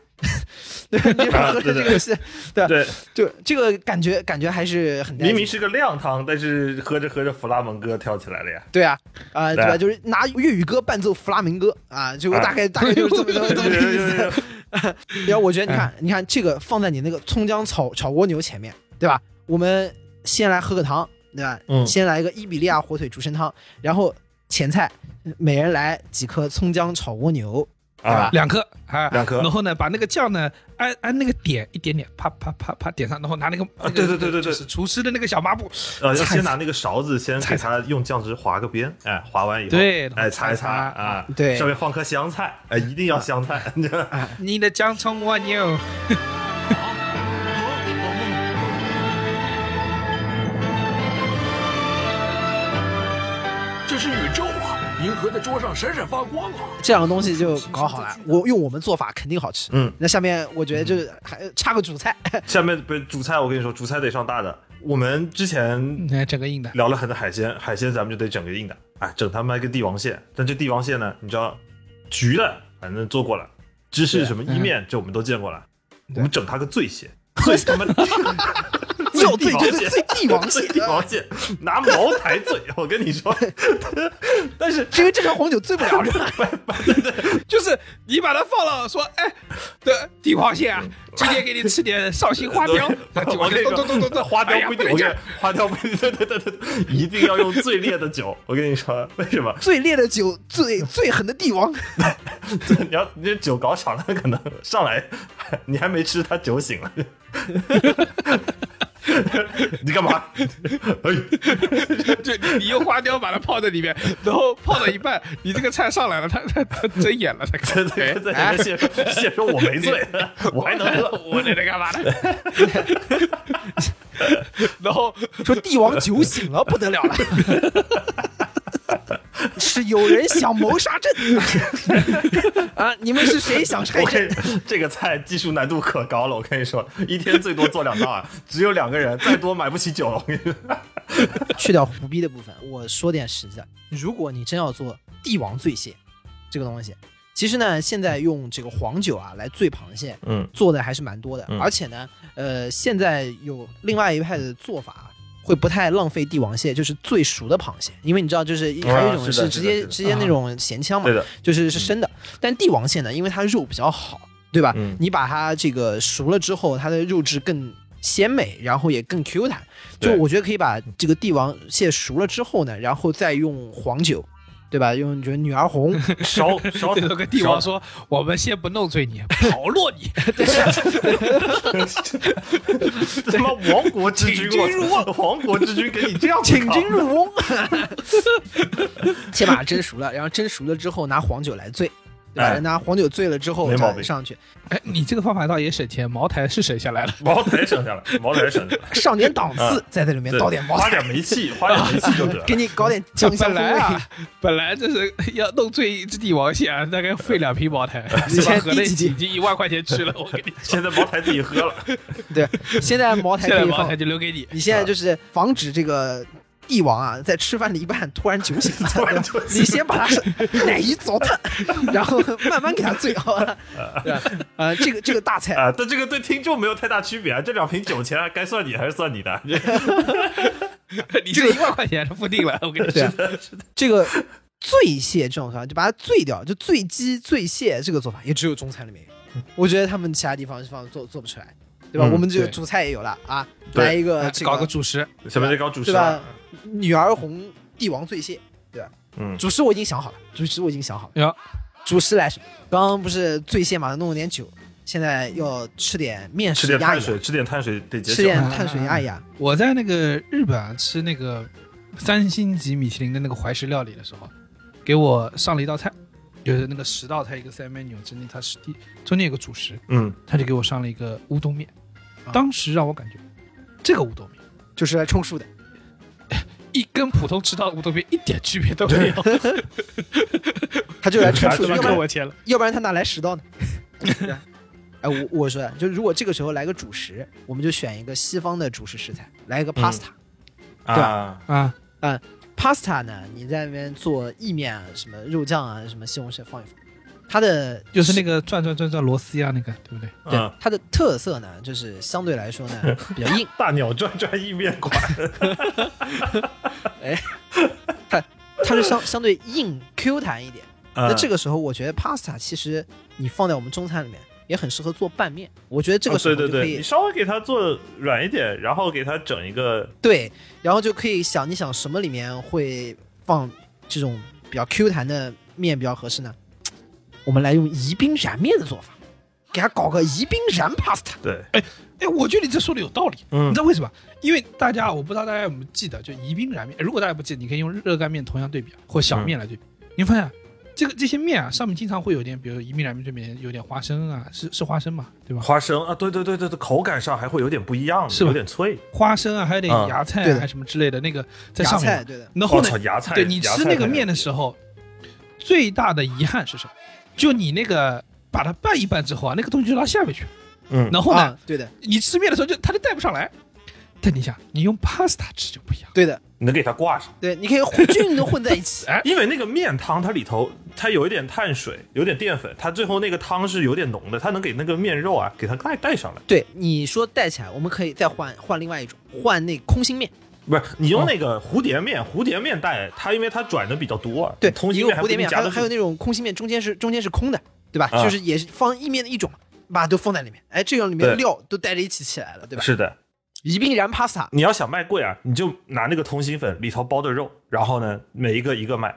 对，你啊喝着对这对个是，对， 对，就这个感觉感觉还是很带明劲明是个靓汤，但是喝着喝着弗拉门戈跳起来了呀。对啊，啊、对对吧？啊就是拿粤语歌伴奏弗拉明戈啊，就啊大概、大概就是这么这么这么个意思。对 然后我觉得你看，嗯你看这个放在你那个葱姜炒炒蜗牛前面，对吧？我们先来喝个汤，对吧？嗯先来一个伊比利亚火腿竹参汤，然后前菜每人来几颗葱姜炒蜗牛，对吧啊，两颗啊，两颗然后呢，把那个酱呢，按按那个点一点点，啪啪啪啪点上，然后拿那个啊对对对对对就是厨师的那个小抹布，呃，要菜先拿那个勺子先给它用酱汁划个边，哎，划完以后，对哎，擦一擦然后擦一擦啊，对上面放颗香菜，哎，一定要香菜，你的姜葱蜗牛。这是宇宙啊！银河在桌上闪闪发光啊！这两个东西就搞好了。我用我们做法肯定好吃。嗯，那下面我觉得就是还差个主菜， 下面不是主菜，我跟你说，主菜得上大的。我们之前哎，整个硬的，聊了很多海鲜，海鲜咱们就得整个硬的，哎，整他妈一个帝王蟹。但这帝王蟹呢，你知道，焗的反正做过了，芝士什么意面，这我们都见过了，我们整它个醉蟹，醉他妈叫帝最王就是蟹。最帝 王蟹醉，帝王蟹拿茅台醉，我跟你说，但是是因为正常红酒醉不了 是吧？就是你把它放了，说哎，的帝王蟹啊，今天给你吃点绍兴花雕，那帝 我王跟蟹你咚说咚咚咚咚，花哎雕呀不一定，对我劲儿跟你花雕不一定，对对对对，一定要用最烈的酒。我跟你说，为什么？最烈的酒，最最狠的帝王，这 你要你这酒搞场了，可能上来你还没吃，他酒醒了。 你干嘛？哎，就你你用花雕把它泡在里面，然后泡到一半，你这个菜上来了，他他他睁眼了，他在在在在谢谢说我没醉， 我还能喝。哎我在这干嘛呢？然后说帝王酒醒了不得了 了。是有人想谋杀朕啊！你们是谁想杀我朕跟？你这个菜技术难度可高了，我跟你说，一天最多做两道啊，只有两个人，再多买不起酒了。我跟你说，去掉胡逼的部分，我说点实在。如果你真要做帝王醉蟹这个东西，其实呢，现在用这个黄酒啊来醉螃蟹，嗯做的还是蛮多的。嗯而且呢，呃，现在有另外一派的做法啊。会不太浪费帝王蟹，就是最熟的螃蟹，因为你知道，就是啊还有一种是的直是的接是的直接那种咸腔嘛啊对，的，嗯就是是生的。但帝王蟹呢，因为它肉比较好，对吧？嗯你把它这个熟了之后，它的肉质更鲜美，然后也更 Q 弹。就对我觉得可以把这个帝王蟹熟了之后呢，然后再用黄酒，对吧？用就是女儿 红，烧烧 这个帝王说：“我们先不弄醉你，跑落你，他妈亡国之君，请君入我操亡国之君给你这样子请搞君入瓮，先把它蒸熟了，然后蒸熟了之后拿黄酒来醉。对吧？哎让大家黄酒醉了之后没毛病上去，哎，你这个方法倒也省钱，茅台是省下来了。茅台省下来，茅台省下来，上点档 次，在这里面嗯对倒点茅花台，点煤气，花点煤气就得了。给你搞点酱香本风来味。啊，本来就是要弄醉之帝王蟹，大概费两瓶茅台，你是吧先合在一起滴几滴已经一万块钱去了。我跟你现在茅台自己喝 了，对，现在茅台现在可以茅放台，就留给你。你现在就是防止这个帝王啊，在吃饭的一半突然酒醒了，对吧你先把他是奶一糟蹋， 然后慢慢给他醉好了， 对吧？呃，这个这个大菜啊，但这个对听众没有太大区别啊。这两瓶酒钱该算你还是算 你的， 你这一万块钱是付定了，我跟你对说啊。这个醉蟹这种做法，就把它醉掉，就醉鸡、醉蟹这个做法，也只有中餐里面有。我觉得他们其他地方是方做做不出来，对吧？嗯我们就对主菜也有了啊，对来一个哎这搞个主食，什么就搞主啊食对吧了。？女儿红，帝王醉蟹，对吧？嗯主食我已经想好了，主食我已经想好了。呀，主食来什么？刚刚不是醉蟹嘛，弄了点酒，现在要吃点面吃食点压碳一压水，，吃点碳水得解吃酒。点碳水压一 压。我在那个日本啊吃那个三星级米其林的那个怀石料理的时候，给我上了一道菜，就是那个十道菜一个 set menu，中间它是第中间有个主食，嗯，他就给我上了一个乌冬面，当时让我感觉这个乌冬面就是来充数的，一跟普通吃到的乌冬面一点区别都没有，他 就来充数他妈的，要不给然我钱了。要不然他哪来十道呢？对吧哎，我我说，就如果这个时候来个主食，我们就选一个西方的主食食材，来一嗯个 pasta。对啊，啊， pasta 呢，你在那边做意面啊，什么肉酱啊，什么西红柿放一放，它的就是那个转转转转螺丝呀、那个对不对？对嗯，它的特色呢，就是相对来说呢比较硬，大鸟转转意面馆，它是相相对硬 Q 弹一点。 那这个个时候，我觉得 pasta 其实你放在我们中餐里面也很适合做拌面。我觉得这个时候哦对就对可对，以、你稍微给它做软一点，然后给它整一个对然后就可以想一想什么里面会放这种比较 Q 弹的面比较合适呢？我们来用宜宾燃面的做法，给它搞个宜宾燃 pasta。对，哎，我觉得你这说的有道理，嗯你知道为什么？因为大家啊我不知道大家有没有记得，就宜宾燃面，如果大家不记得，你可以用热干面同样对比啊，或嗯小面来对比，你会发现。啊这个这些面啊，上面经常会有点，比如宜宾燃面这边有点花生啊，是是花生嘛，对吧？花生啊，对对对对对，口感上还会有点不一样，是吧有点脆。花生啊，还有点啊芽菜对啊，的还什么之类的，那个在芽上菜，面。对的，然后呢我操，哦芽菜对你芽吃菜那个太面的时候，最大的遗憾是什么？就你那个把它拌一拌之后啊，那个东西就到下面去。嗯然后呢，啊，对的，你吃面的时候就它就带不上来。但你想，你用 pasta 吃就不一样。对的，你能给它挂上，对，你可以混均匀的混在一起。因为那个面汤它里头它有一点碳水，有点淀粉，它最后那个汤是有点浓的，它能给那个面肉啊给它带带上来。对，你说带起来，我们可以再换换另外一种，换那空心面。不是你哦用那个蝴蝶面，蝴蝶面带它，因为它转的比较多，对，同你心有面还蝴不蝶一定面，还夹有的还有那种空心面，中间是中间是空的，对吧？啊就是也是放意面的一种嘛，把都放在里面。哎，这样里面对料都带着一起起来了，对吧？是的，宜宾燃 pasta，你要想卖贵啊，你就拿那个通心粉里头包的肉，然后呢，每一个一个买。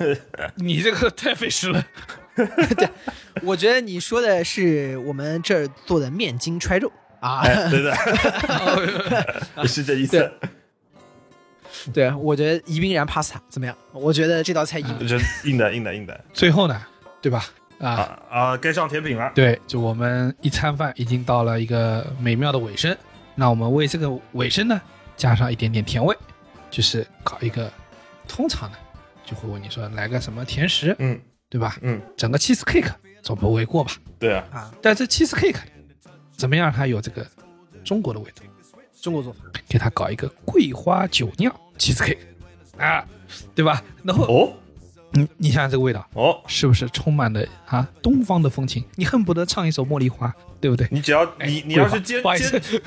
你这个太费事了。我觉得你说的是我们这儿做的面筋揣肉啊。哎，对的，是这意思对。 对，我觉得宜宾燃 pasta 怎么样？我觉得这道菜硬。这硬的，硬的，硬的最后呢，对吧？啊啊，啊！该上甜品了。对，就我们一餐饭已经到了一个美妙的尾声。那我们为这个尾声呢，加上一点点甜味，就是搞一个。通常呢，就会问你说来个什么甜食，嗯对吧？嗯，整个 cheese cake 总不为过吧？对啊，啊，但这 cheese cake 怎么样让它有这个中国的味道？中国做法，给它搞一个桂花酒酿 cheese cake 啊，对吧？然后哦你你想想这个味道哦，是不是充满了啊东方的风情？你恨不得唱一首《茉莉花》，对不对？你只要你你哎要是接坚不好意思坚，，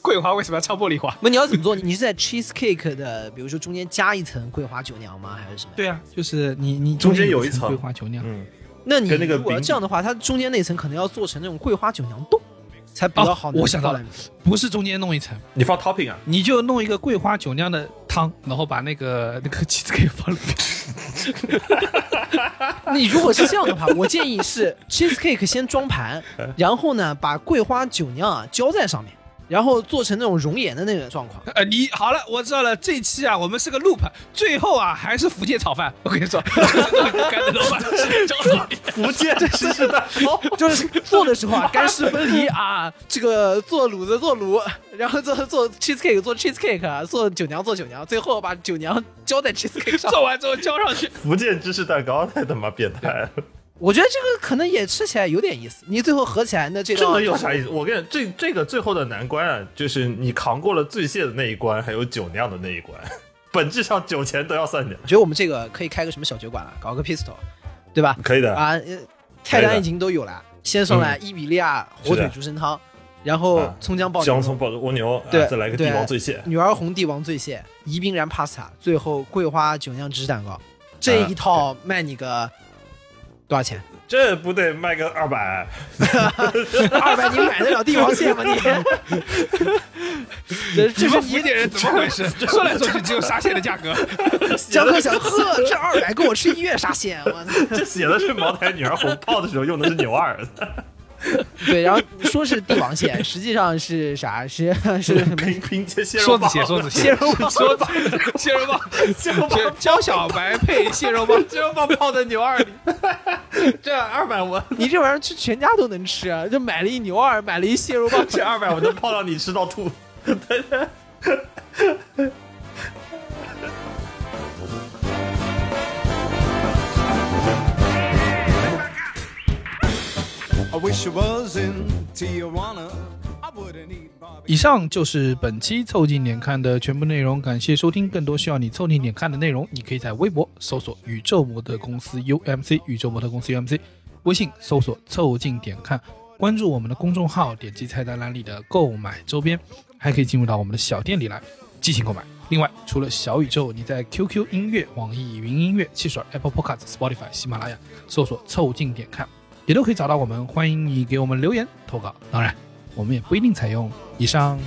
桂花为什么要唱茉莉花？那你要怎么做？你是在 cheesecake 的，比如说中间加一层桂花酒酿吗？还是什么？对啊，就是你你中间有一一层桂花酒酿，嗯，那你跟那个如果要饼这样的话，它中间那层可能要做成那种桂花酒酿冻，才比啊较哦好、我想到了，不是中间弄一层，你放 topping 啊，你就弄一个桂花酒酿的汤，然后把那个那个 cheese cake 放里面。你如果是这样的话，我建 嗯议是 cheesecake 先装盘，然后呢把桂花酒酿啊浇在上面，然后做成那种熔岩的那个状况。呃，你好了，我知道了。这期啊，我们是个 loop，最后啊还是福建炒饭。我跟你说，干的老板是张总。福建是是的，好，就是做的时候啊，干湿分离啊，这个做卤子做卤，然后做做 cheesecake 做 cheesecake，啊做酒娘做酒娘，最后把酒娘浇在 cheesecake 上。 做完之后交上去，福建芝士蛋糕太他妈变态了，我觉得这个可能也吃起来有点意思。你最后合起来那这这道能有啥意思？我跟你这这个最后的难关啊，就是你扛过了醉蟹的那一关，还有酒酿的那一关， 本质上酒钱都要算进来，我觉得我们这个可以开个什么小酒馆啊，搞个 pistol，对吧？可以的。啊，呃菜可以单的已经都有了，先上来伊比利亚火腿是的竹荪汤，然后啊葱姜爆姜牛葱爆蜗牛，啊对再来个对帝王醉蟹，女儿红帝王醉蟹、宜宾然 pasta，最后桂花酒酿芝士蛋糕，这一套卖你个多少 钱？这不得卖个二百？ 二百你买得了帝王蟹吗 你？这你这们是福你建人怎么回事？说来说去只有沙县的价格。江哥想呵，这二百够我吃一月沙县，我操！这写的是茅台女儿红泡的时候用的是牛二，对，然后说是帝王蟹，实际上是啥？是是 拼拼接蟹肉说棒子，蟹，说子蟹，蟹肉棒说子蟹肉 棒，蟹肉棒江小白配蟹肉棒，这棒泡在牛二里，这二百我，你这玩意儿去全家都能吃，啊就买了一牛二，买了一蟹肉棒这二百我能泡让你吃到吐。 I wish I was in Tijuana. I wouldn't eat barbecue. 以上就是本期凑近点看的全部内容，感谢收听。更多需要你凑近点看的内容，你可以在微博搜索“宇宙模特公司 UMC”，宇宙模特公司 UMC，微信搜索“凑近点看”，关注我们的公众号，点击菜单栏里的购买周边，还可以进入到我们的小店里来进行购买。另外，除了小宇宙，你在 QQ 音乐、网易云音乐、汽水、Apple Podcasts、Spotify、喜马拉雅搜索“凑近点看”，也都可以找到我们。欢迎你给我们留言投稿，当然，我们也不一定采用。以上